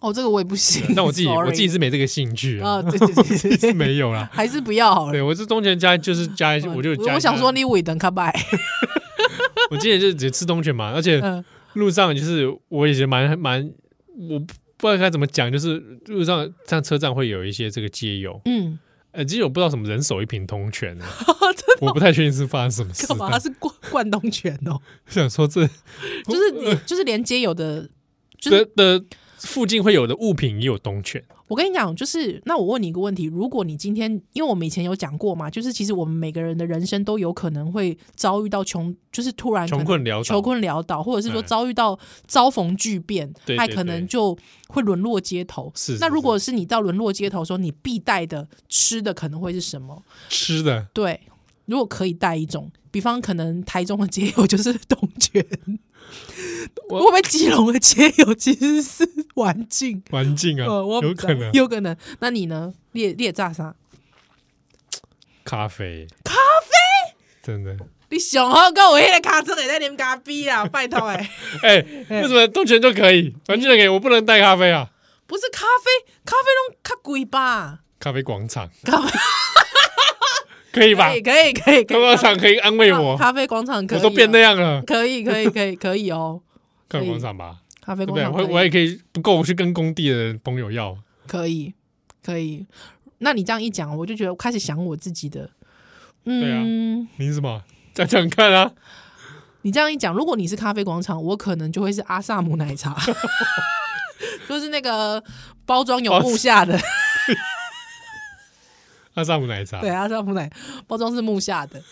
哦，这个我也不行。
但我自己
sorry
我自己是没这个兴趣啊，
啊，对对对对对，
没有啦。
还是不要好了。嗯
对，我是冬卷加就是加一些，我就加一
哦我想
下
说，你尾等 卡拜，
我今年就只吃冬卷嘛，而且
嗯
路上就是我也是蛮蛮，我不不知道该怎么讲，就是路上像车站会有一些这个街友，
嗯。
呃，街友不知道什么人手一瓶通 泉、啊，我不太确定是发生什么事
干，嘛？他是灌灌东泉哦，
想说这
就是
呃
连就是连街友的，就
的
是
的附近会有的物品也有冬泉，
我跟你讲，就是那我问你一个问题：如果你今天，因为我们以前有讲过嘛，就是其实我们每个人的人生都有可能会遭遇到穷，就是突然可能
穷困潦倒
穷困潦倒，或者是说
嗯
遭遇到遭逢巨变，
对
还
对
可能就会沦落街头。
是是
那如果是你到沦落街头的时候，你必带的吃的可能会是什么？
吃的
对，如果可以带一种，比方可能台中的街友 就是董泉，
我
会不会基隆的街友其实是环 境？
环境啊，
呃， 我
有
不知
可
道
能
有可能。那你呢？列列炸啥？
咖啡，咖啡真的，
你上好跟我迄个卡车也在啉咖 啡啊！拜托哎、
哎、为什么冬泉就可以，环境就可以，我不能带咖啡啊？
不是咖啡，咖啡拢较贵吧？
咖啡广场
咖啡
可以吧
可？以可以可
咖啡
以可
广
以，
场可以安慰我，
咖啡广场可以、啊
我都变那
样，
样了，
可以可以可以可以哦，
咖
可
啡
以
广场吧。
咖啡
对
广
不对？
场
我我也可以不够，我去跟工地的朋友要。
可以，可以。那你这样一讲，我就觉得我开始想我自己的。
啊
嗯，
你什么？ 讲讲看啊！
你这样一讲，如果你是咖啡广场，我可能就会是阿萨姆奶茶，就是那个包装有木下的，
阿萨姆奶茶，
对，啊阿萨姆奶包装是木下的。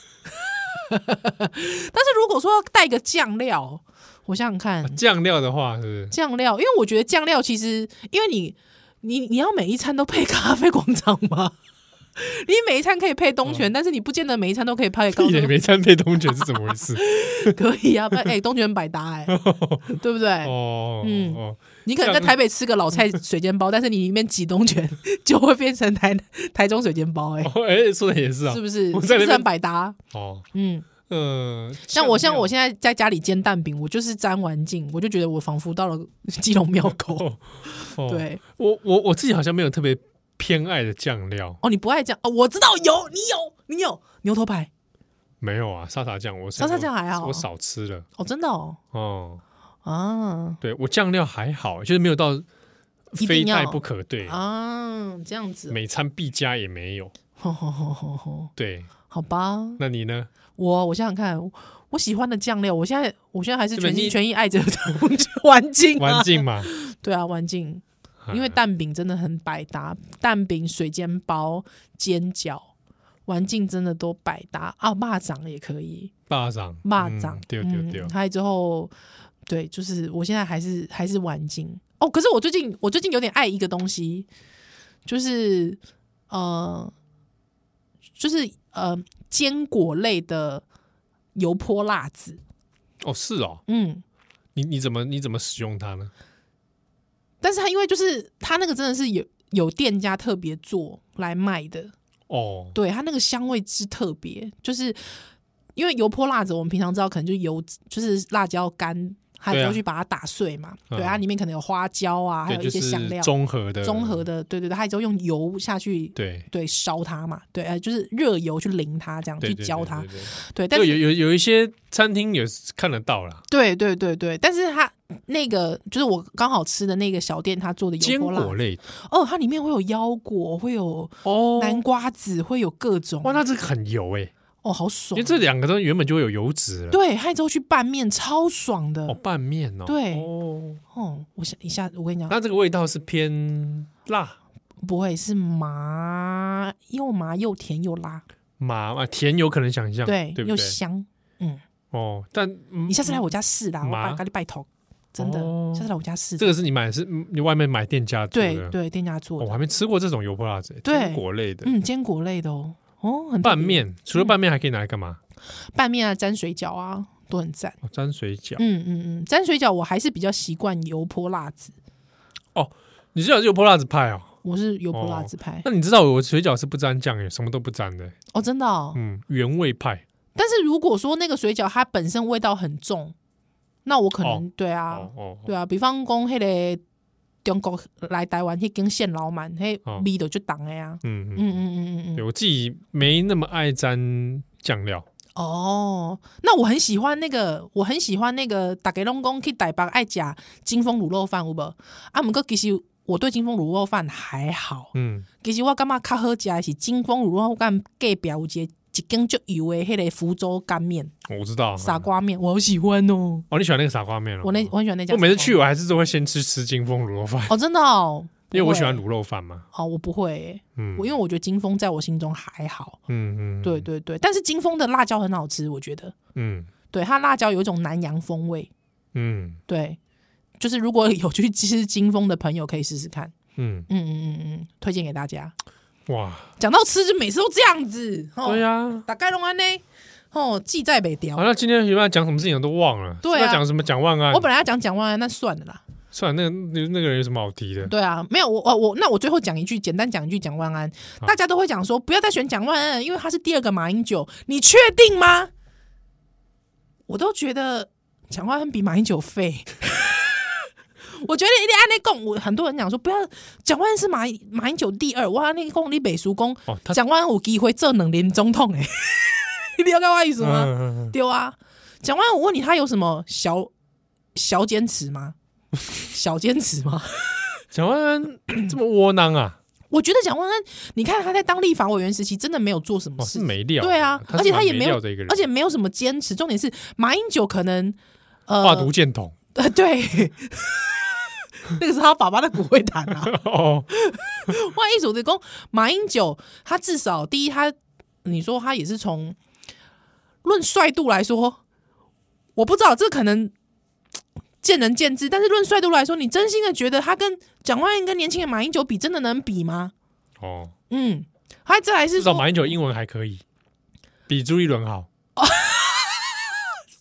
但是如果说要带个酱料，我想想看，
酱料的话是
酱料，因为我觉得酱料其实，因为你你你要每一餐都配咖啡广场吗？ 你每一餐可以配东泉，但是你不见得每一餐都可以配
不
高
是
中
嗯 也没餐配冬卷是怎么回 事？
可以啊，不然哎、东泉百搭哎、 对不对？
哦，
嗯
哦，
你可能在
像
台北吃个老菜水煎包，但是你里面挤东泉， 就会变成台台中水煎包哎、
哦，哎，说的也是啊
是，不是？
我
是
在那
不
边
是很百搭？
哦，
嗯，
呃，
像我
酱
像
料
我现在在家里煎蛋饼，我就是沾完净，我就觉得我仿佛到了 基隆庙口。
哦，
对，
我我我自己好像没有特别偏爱的酱料，
哦，你不爱酱哦，我知道有，你有，你有牛头牌
没有啊，沙茶酱我
沙茶酱还好
我少吃了
哦，真的哦，
哦。
啊
对我酱料还好，就是没有到
定
非带
要
不可，对，
啊，这样子，
每餐必加也没有。
吼吼吼吼吼，
对，
好吧，
那你 呢？
我我想想看，我我喜欢的酱料，我现在我现在还是
对吧
全
你
心全意爱着 环境、啊，
玩尽嘛，
对啊，环境，因为蛋饼真的很百搭，蛋饼、水煎包、煎饺，环境真的都百搭啊，蚂蚱也可以，
巴 掌
蚂蚱
嗯，对对对
嗯，还有之后，对，就是我现在还是还是环境哦，可是我最近我最近有点爱一个东西，就是呃，就是呃坚果类的油泼辣子，
哦是哦，
嗯。
你你怎么你怎么使用它呢？
但是它因为就是它那个真的是有有店家特别做来卖的，
哦，
对它那个香味之特别，就是因为油泼辣子，我们平常知道可能就油就是辣椒干，还
对啊
有去把它打碎嘛，
嗯
对,、它里面可能有花椒啊，
对，
还有一
就
些
是
香料，
综合的
综合的，对对对，它就用油下去。
对。
对，烧它嘛，对，呃，就是热油去淋它，这样
对
去
对
浇
对
它
对，对
对，
这
但
个
是
有有有一些餐厅也是看得到啦，
对对对对，但是它那个就是我刚好吃的那个小店，它做的
坚
油泼辣
果类的
哦，它里面会有腰果，会有
哦
南瓜子，会有各种
哇，那这个很油哎、
哦，好
因
爽
为！这两个东西原本就会有油脂了。
对，害之后去拌面，超爽的
哦，拌面哦，
对
哦，
哦。我想一下，我跟你讲，
那这个味道是偏辣
不会是麻，又麻又甜又辣，
麻啊，甜有可能想象，
对，
对不
又
对？
香。嗯，
哦，但你
你下次来我家试啦，我
嗯麻
把咖喱拜托，真的
哦，
下次来我家试。
这个是你买的是嗯你外面买店家做
对
的，
对，店家
哦，
做
我
的，
还没吃过这种油泼辣子，
对
坚果类的
嗯，坚果类的哦，哦，很特别
拌，面，除了拌面还可以拿来干嘛？
拌面啊，沾水饺啊，都很赞。
哦，沾水饺。
嗯嗯嗯，沾水饺我还是比较习惯油泼辣子，
你知道油泼辣子派哦？
我是油泼辣
哦
子派。
那你知道我水饺是不沾酱耶，什么都不沾的，
哦，真的哦，
嗯，原味派。
但是如果说那个水饺它本身味道很重，那我可能、对啊，
哦哦，
对啊，比方讲迄个中国来台湾迄根线老板，迄
哦
味道就重的啊。
嗯
嗯
嗯，
嗯嗯嗯
对
嗯，
我自己没那么爱沾酱料。
哦，那我很喜欢那个，我很喜欢那个大家拢讲去台北爱食金丰卤肉饭有无？啊，毋过其实我对金丰卤肉饭还好，
嗯，
其实我感觉较好食的是金丰卤肉饭隔壁有一个一根足油的迄个福州干面、
我知道。啊
傻瓜面，我好喜欢哦。
哦哦，你喜欢那个傻瓜面了？
我那我很喜欢那家。
我每次去，我还是都会先吃吃金丰卤肉饭，
哦，真的哦，
因为我喜欢
不会
卤肉饭嘛。
哦，我不会欸，
嗯，
我因为我觉得金峰在我心中还好，
嗯嗯，
对，对对，但是金峰的辣椒很好吃，我觉得，
嗯
对它辣椒有一种南洋风味，
嗯
对，就是如果有去吃金峰的朋友可以试试看，
嗯，
嗯嗯嗯嗯，推荐给大家。
哇，
讲到吃，就每次都这样子，哦
对，啊哎呀。
大概弄安呢，哦，记在北雕
好，。那今天原本讲什么事情我都忘了，
对啊
要讲什么讲万安
我，本来要讲蒋万安，那算了啦。
算了，那个那个人有什么好提的？
对啊，没有我我我，那我最后讲一句，简单讲一句蒋万安，大家都会讲说不要再选蒋万安，因为他是第二个马英九，你确定吗？我都觉得蒋万安比马英九废。 我觉得一定安内共，我很多人讲说不要蒋万安是马英马英九第二，哇，那共你北叔公
哦，他
蒋万安有机会做两年总统哎、 你了解我意思
嗯
吗？
嗯嗯
对啊，蒋万安，我问你，他有什么小小坚 持吗？小坚持吗？
蒋万安这么窝囊啊？
我觉得蒋万安，你看他在当立法委员时期，真的没有做什么
哦，
事，
是没料的，
对啊，而且他也没
没
有
料的一个，人，
而且没有什么坚持。重点是马英九可能
画
呃
图见筒
呃对， 那个是他爸爸的骨灰坛 啊。
哦，
万一主的公马英九，他至少第一，他你说他也是从论帅度来说，我不知道这可能见仁见智，但是论帅度来说，你真心的觉得他跟蒋万安跟年轻的马英九比，真的能比吗？
哦，
嗯，还再来是
至少
说
马英九英文还可以，比朱一伦好。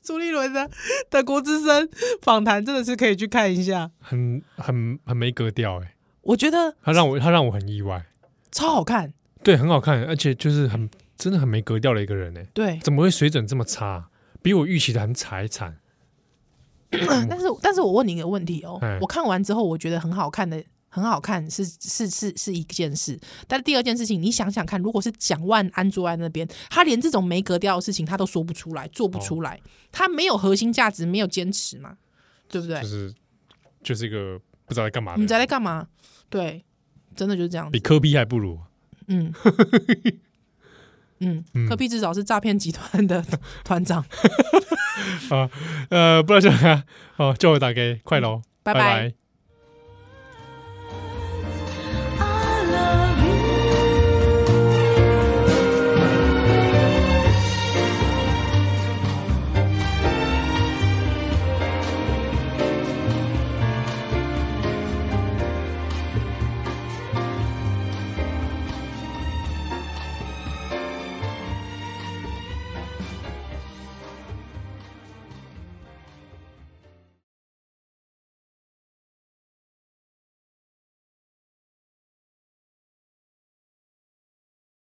朱立伦的的国之声访谈，真的是可以去看一下，
很很很没格调哎、
我觉得
他让我他让我很意外，
超好看。
对，很好看，而且就是很真的很没格调的一个人呢、
对，
怎么会水准这么差？比我预期的还惨惨。
但是但是我问你一个问题哦
嗯哎，
我看完之后我觉得很好看的，很好看是是是是一件事，但第二件事情你想想看，如果是蒋万安坐在那边，他连这种没格调的事情他都说不出来，做不
哦
出来，他没有核心价值，没有坚持嘛，对不对
就？是就是一个不知道在干嘛的人，
你在在干嘛？对，真的就是这样
比
子，
科比还不如，
嗯。嗯，科比至少是诈骗集团的 团长。
呃，不然想想哦，叫我打给快喽，
嗯拜拜
拜